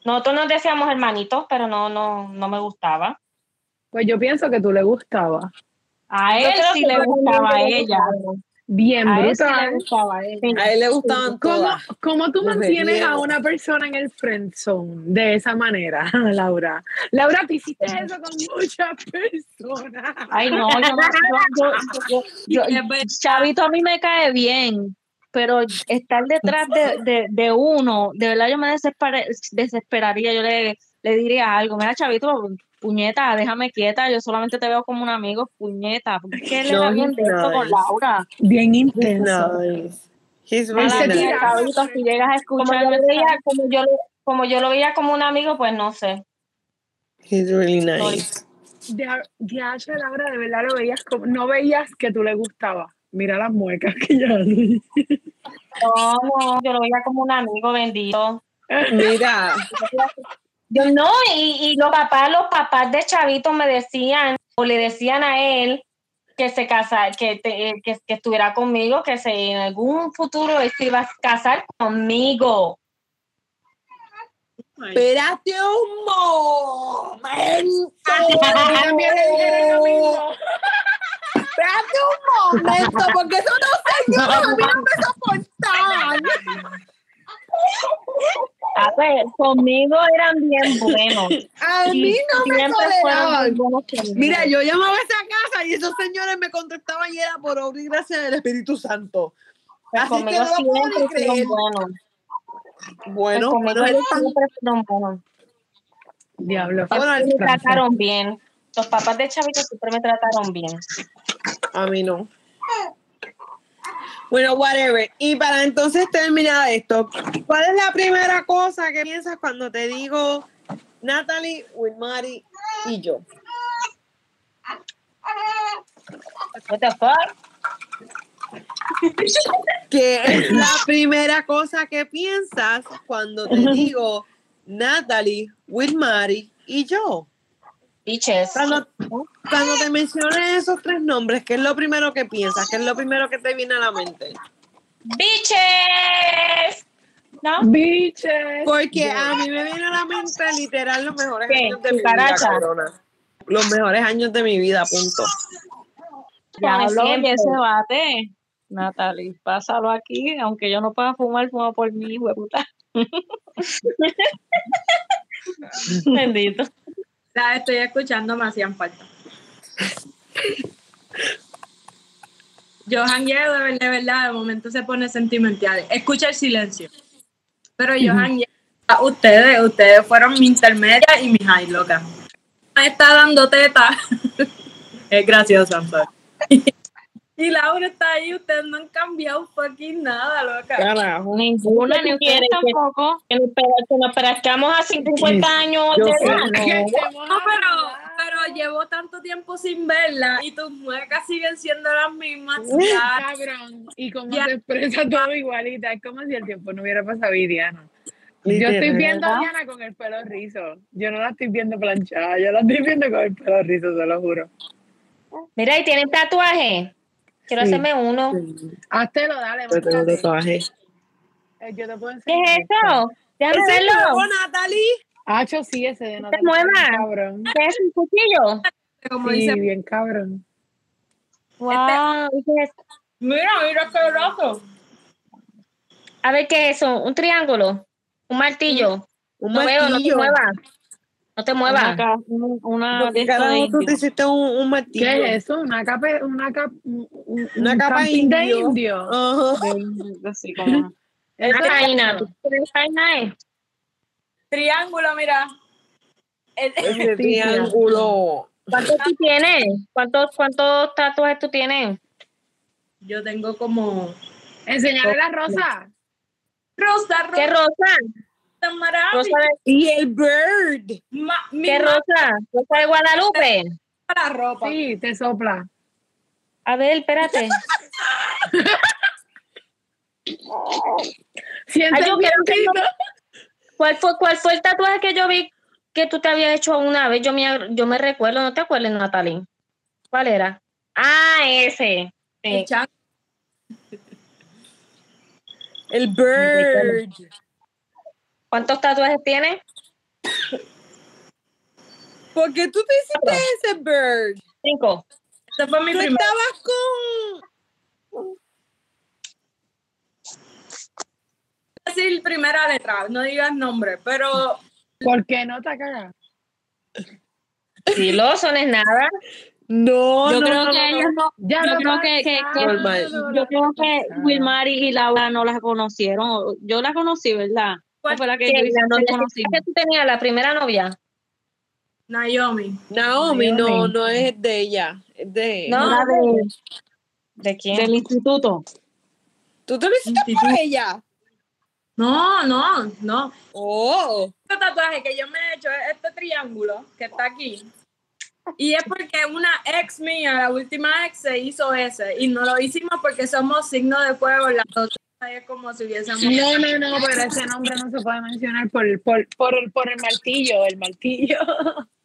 Nosotros nos decíamos hermanitos, pero no, no, no me gustaba.
Pues yo pienso que tú le gustaba.
A él sí le gustaba a ella.
Bien
A él sí le
brutal.
gustaba a ella.
A él le gustaban
¿Cómo,
todas.
cómo tú
Los
mantienes a
relieves.
una persona en el friendzone de esa manera, <laughs> Laura? Laura, tú hiciste eso con muchas personas.
Ay, no, yo no. yo- yo- <laughs> yo- yo-
Chavito a mí me cae bien, pero estar detrás de, de, de uno, de verdad yo me desespera- desesperaría, yo le, le diría algo, mira Chavito, puñeta, déjame quieta, yo solamente te veo como un amigo, puñeta, ¿por qué le
No,
da bien
he's
de esto con
nice.
Laura?
Bien intenso.
Nice.
Él
He's
se
Mala
really
mía,
tira.
nice.
Chavito, si llegas a
como
escuchar
yo lo veía, como yo lo- como yo lo veía como un amigo, pues no sé.
He's really nice.
De, de hecho, Laura, de verdad lo veías como, no veías que tú le gustaba. Mira las muecas que ella hace.
No, no, yo lo veía como un amigo bendito.
Mira,
Yo no, y, y los papás, los papás de Chavito me decían, o le decían a él que se casa, que, te- eh, que, que estuviera conmigo, que se, en algún futuro él se iba a casar conmigo.
Espérate un momento.
Yo Ah, también le dije lo
<laughs>
mismo.
Espérate un momento, porque eso no se a mí no me soportan.
A ver, conmigo eran bien buenos.
A mí no me
Siempre fueron
toleraban.
muy buenos conmigo.
Mira, yo llamaba a esa casa y esos señores me contestaban y era por obra y gracia del Espíritu Santo. Así que
Pues conmigo
no lo puedo ni
siempre
creer.
fueron buenos.
Bueno,
Conmigo
bueno,
ellos
eres tan-
siempre fueron buenos.
Diablo.
Bueno,
Me
Frances.
trataron bien. Los papás de Chavito siempre me trataron bien.
a mí no. Bueno, whatever. Y para entonces terminar esto, ¿cuál es la primera cosa que piensas cuando te digo Natalie, Wilmary y yo?
What the fuck?
que es la primera cosa que piensas cuando te
<laughs>
digo Natalie, with Mary y yo.
Bitches.
Cuando, cuando te mencioné esos tres nombres, ¿qué es lo primero que piensas? ¿Qué es lo primero que te viene a la mente?
Bitches. ¿No?
Bitches.
Porque a mí me viene a la mente literal los mejores
¿Qué?
años de mi vida,
Cucaracha.
corona. Los mejores años de mi vida, punto.
Ya
Pone
habló
siempre.
de ese bate. Natalie, pásalo aquí, aunque yo no pueda fumar, fuma por mí, <laughs> hueputa.
Bendito.
La estoy escuchando, me hacían falta. Yo jangueo de verdad, de verdad, de momento se pone sentimental. Escucha el silencio. Pero yo jangueo. a Ustedes, ustedes fueron mi intermedia y mi high, loca. Me está dando teta. <laughs> es gracioso, I'm sorry. y Laura está ahí, ustedes no han cambiado fucking nada, loca.
Carajo.
Ninguna, ni ustedes
¿Quieres que-
tampoco.
Que nos, pera- que nos perascamos a 50 años
Yo
de
sé.
edad.
Que
No.
estemos
No, pero, pero llevo tanto tiempo sin verla y tus muecas siguen siendo las mismas. ya.
Cabrón. Y como
Ya.
se expresa todo igualita, es como si el tiempo no hubiera pasado y Diana. Yo
Literal.
estoy viendo a Diana con el pelo rizo. Yo no la estoy viendo planchada, yo la estoy viendo con el pelo rizo, se lo juro.
Mira, y tienen tatuaje. Quiero
Sí.
hacerme uno.
Háztelo, dale,
Yo tengo
mándate.
tatuaje.
Eh, Yo te puedo
¿Qué
enseñar.
es eso? Déjame
Este, ¿Ese es
verlo.
nuevo, Natalie?
Hacho, sí, ese de no
te muevas.
Cabrón.
¿Qué es un cuchillo?
Este,
Como
Sí,
dice,
bien cabrón.
Wow. ¿qué es?
mira, mira qué brazo.
A ver, ¿qué es eso? ¿Un triángulo? ¿Un martillo?
Un
no veo, no te
martillo.
muevas. No te
Una,
muevas.
ca- un- una
¿Por
de
qué
esto Ah, de
carajo tú
indio.
te hiciste un, un martillo?
¿Qué es eso? Una capa, una capa, una
Una capa
de
indio.
indio.
Ajá.
De- así como-
Una
Eso es
vaina.
eso.
¿Tú sabes qué vaina eh? es?
Triángulo, mira. El-
Ese
Sí,
triángulo.
¿Cuántos tú tienes? ¿Cuántos, cuántos tatuajes tú tienes?
<laughs> Yo tengo como.
Enseñarle la rosa.
Rosa,
¿Qué
rosa,
rosa?
maravilla.
¿Rosa de,
Y el bird.
Ma- mi
¿Qué
rosa
rosa? ¿Rosa de Guadalupe?
la
Oh,
ropa.
Sí, te sopla.
A ver, espérate.
Siente
Ay, yo
el
quiero que
vientito.
¿Cuál fue, ¿Cuál fue el tatuaje que yo vi que tú te habías hecho una vez? Yo me, yo me recuerdo, ¿no te acuerdas, Natalie? ¿Cuál era? Ah, ese. Eh, Sí.
El chango.
El bird.
¿Cuántos tatuajes tienes?
¿Por qué tú te hiciste ese bird?
Cinco.
Ese fue mi
Tú
primer.
estabas con.
decir primera letra, no digas nombre, pero
¿Por qué no te cagas?
Sí, los son es
<laughs>
nada.
Oh, No,
Yo
no,
creo
no,
que
no, no.
ellos no.
Ya
Yo
lo
creo que- que- que-
pensaron,
Normal.
Yo
lo
creo que
pensaron.
Wilmary y Laura no las conocieron. o- Yo la conocí, ¿verdad? ¿Cuál fue la que
Sí,
yo hice?
la
No
novia
conocí.
que tú tenías, la primera novia.
Naomi.
Naomi, no,
Naomi.
no es de ella. Es de.
No.
Una de-
¿De quién?
del instituto.
¿Tú te lo hiciste por ella?
No, no, no.
Oh.
Este tatuaje que yo me he hecho es este triángulo que está aquí. Y es porque una ex mía, la última ex, se hizo ese. Y no lo hicimos porque somos signo de fuego. La es como si hubiésemos.
No, no, no, pero ese nombre no se puede mencionar por, por, por, el, por el martillo, el martillo.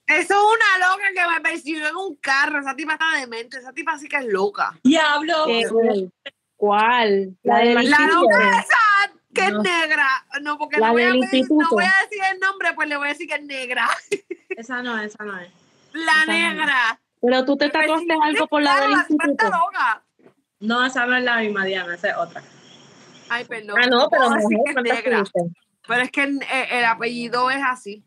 Eso es una loca que me persiguió en un carro. Esa tipa está demente. Esa tipa sí que es loca.
Diablo.
Eh, ¿Cuál? La del
La
instituto.
loca esa
que
No.
es negra. No, porque
La
no voy, a
del
pedir- no
instituto.
voy a decir el nombre, pues le voy a decir que es negra.
Esa no, esa no es.
La negra.
Pero tú te tatuaste algo por la
Claro,
del
la tipa está
instituto.
loca.
No, esa no es la misma Diana, esa es otra.
Ay, perdón.
Ah, no, pero
Puedo decir
mujer,
que es
¿cuántas
negra.
tuviste?
Pero es que el,
eh,
el- el apellido es así.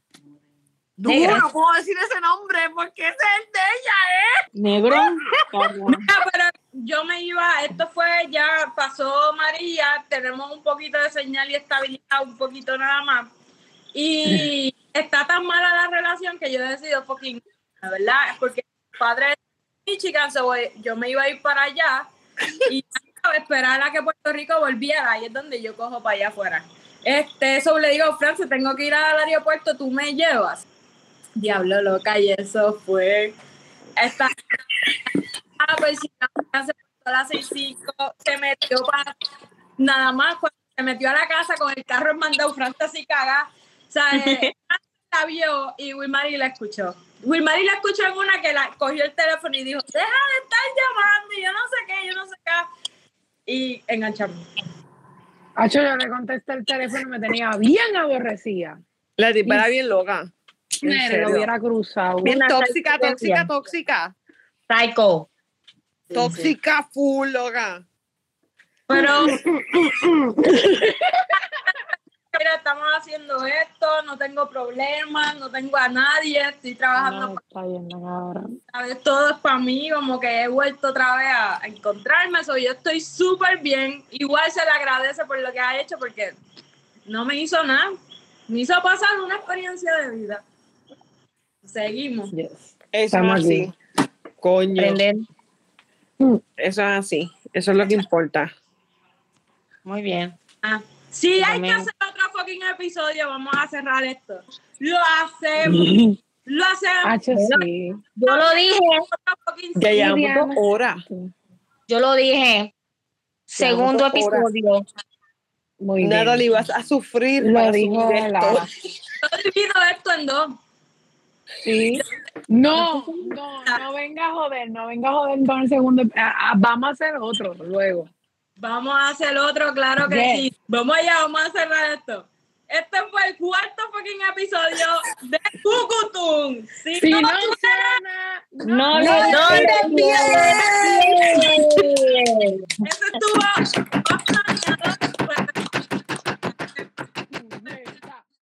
No,
Negra.
no puedo decir ese nombre porque ese es el de ella, ¿eh? <laughs>
Negro. cabrón.
Ah, pero yo me iba, esto fue, ya pasó María, tenemos un poquito de señal y estabilidad, un poquito nada más. Y está tan mala la relación que yo he decidido fucking, la verdad, porque mi padre es de Michigan, so, eh, yo me iba a ir para allá y <laughs> a esperar a que Puerto Rico volviera, ahí es donde yo cojo para allá afuera. Este, eso le digo, Francis, tengo que ir al aeropuerto, tú me llevas. Diablo loca, y eso fue. Esta, Ah, pues si la mujer se portó a las 6.5, se metió para nada más cuando se metió a la casa con el carro en mandado Francis así caga. O sea, eh, la vio y Wilmary la escuchó. Wilmary la escuchó en una que la cogió el teléfono y dijo, deja de estar llamando, y yo no sé qué, yo no sé qué. Y enganchamos.
Acho, yo le contesté el teléfono y me tenía bien aborrecida.
La tipa era bien loca. En
Nere, lo
serio.
hubiera cruzado.
Bien
Una
tóxica, tóxica,
sentencia.
tóxica.
Psycho.
Tóxica, full, loca.
Pero. <laughs> Mira, estamos haciendo esto, no tengo problemas, no tengo a nadie, estoy trabajando
No, está bien, no, ahora.
A ver, todo es para mí, como que he vuelto otra vez a a encontrarme, so, yo estoy súper bien, igual se le agradece por lo que ha hecho porque no me hizo nada, me hizo pasar una experiencia de vida. Seguimos.
Yes.
Eso
Estamos
es así. Coño.
Aprender.
Mm.
Eso es así. Eso es lo
<laughs>
que importa.
Muy bien.
Ah, Si hay que
Amén.
hacer otro fucking episodio, vamos a cerrar esto. Lo
Mm.
hacemos, lo hacemos.
Acho, sí.
Yo lo dije,
Otro fucking
Ah, Ya llevamos
Diana.
dos horas.
yo lo dije. Segundo
dos horas.
episodio.
Muy bien.
Natalie, vas a sufrir.
Lo
para
dijo
subir esto.
Lara.
Yo divido esto en dos.
Sí. No, no, no venga a joder, no venga a joder con el segundo. Ah, ah, Vamos a hacer otro luego.
Vamos a hacer otro, claro que
Yes.
sí. Vamos allá, vamos a cerrar esto. Este fue el cuarto fucking episodio de Cucutum. Si
Si
no
no suena,
No,
no,
no, no.
¡Bien!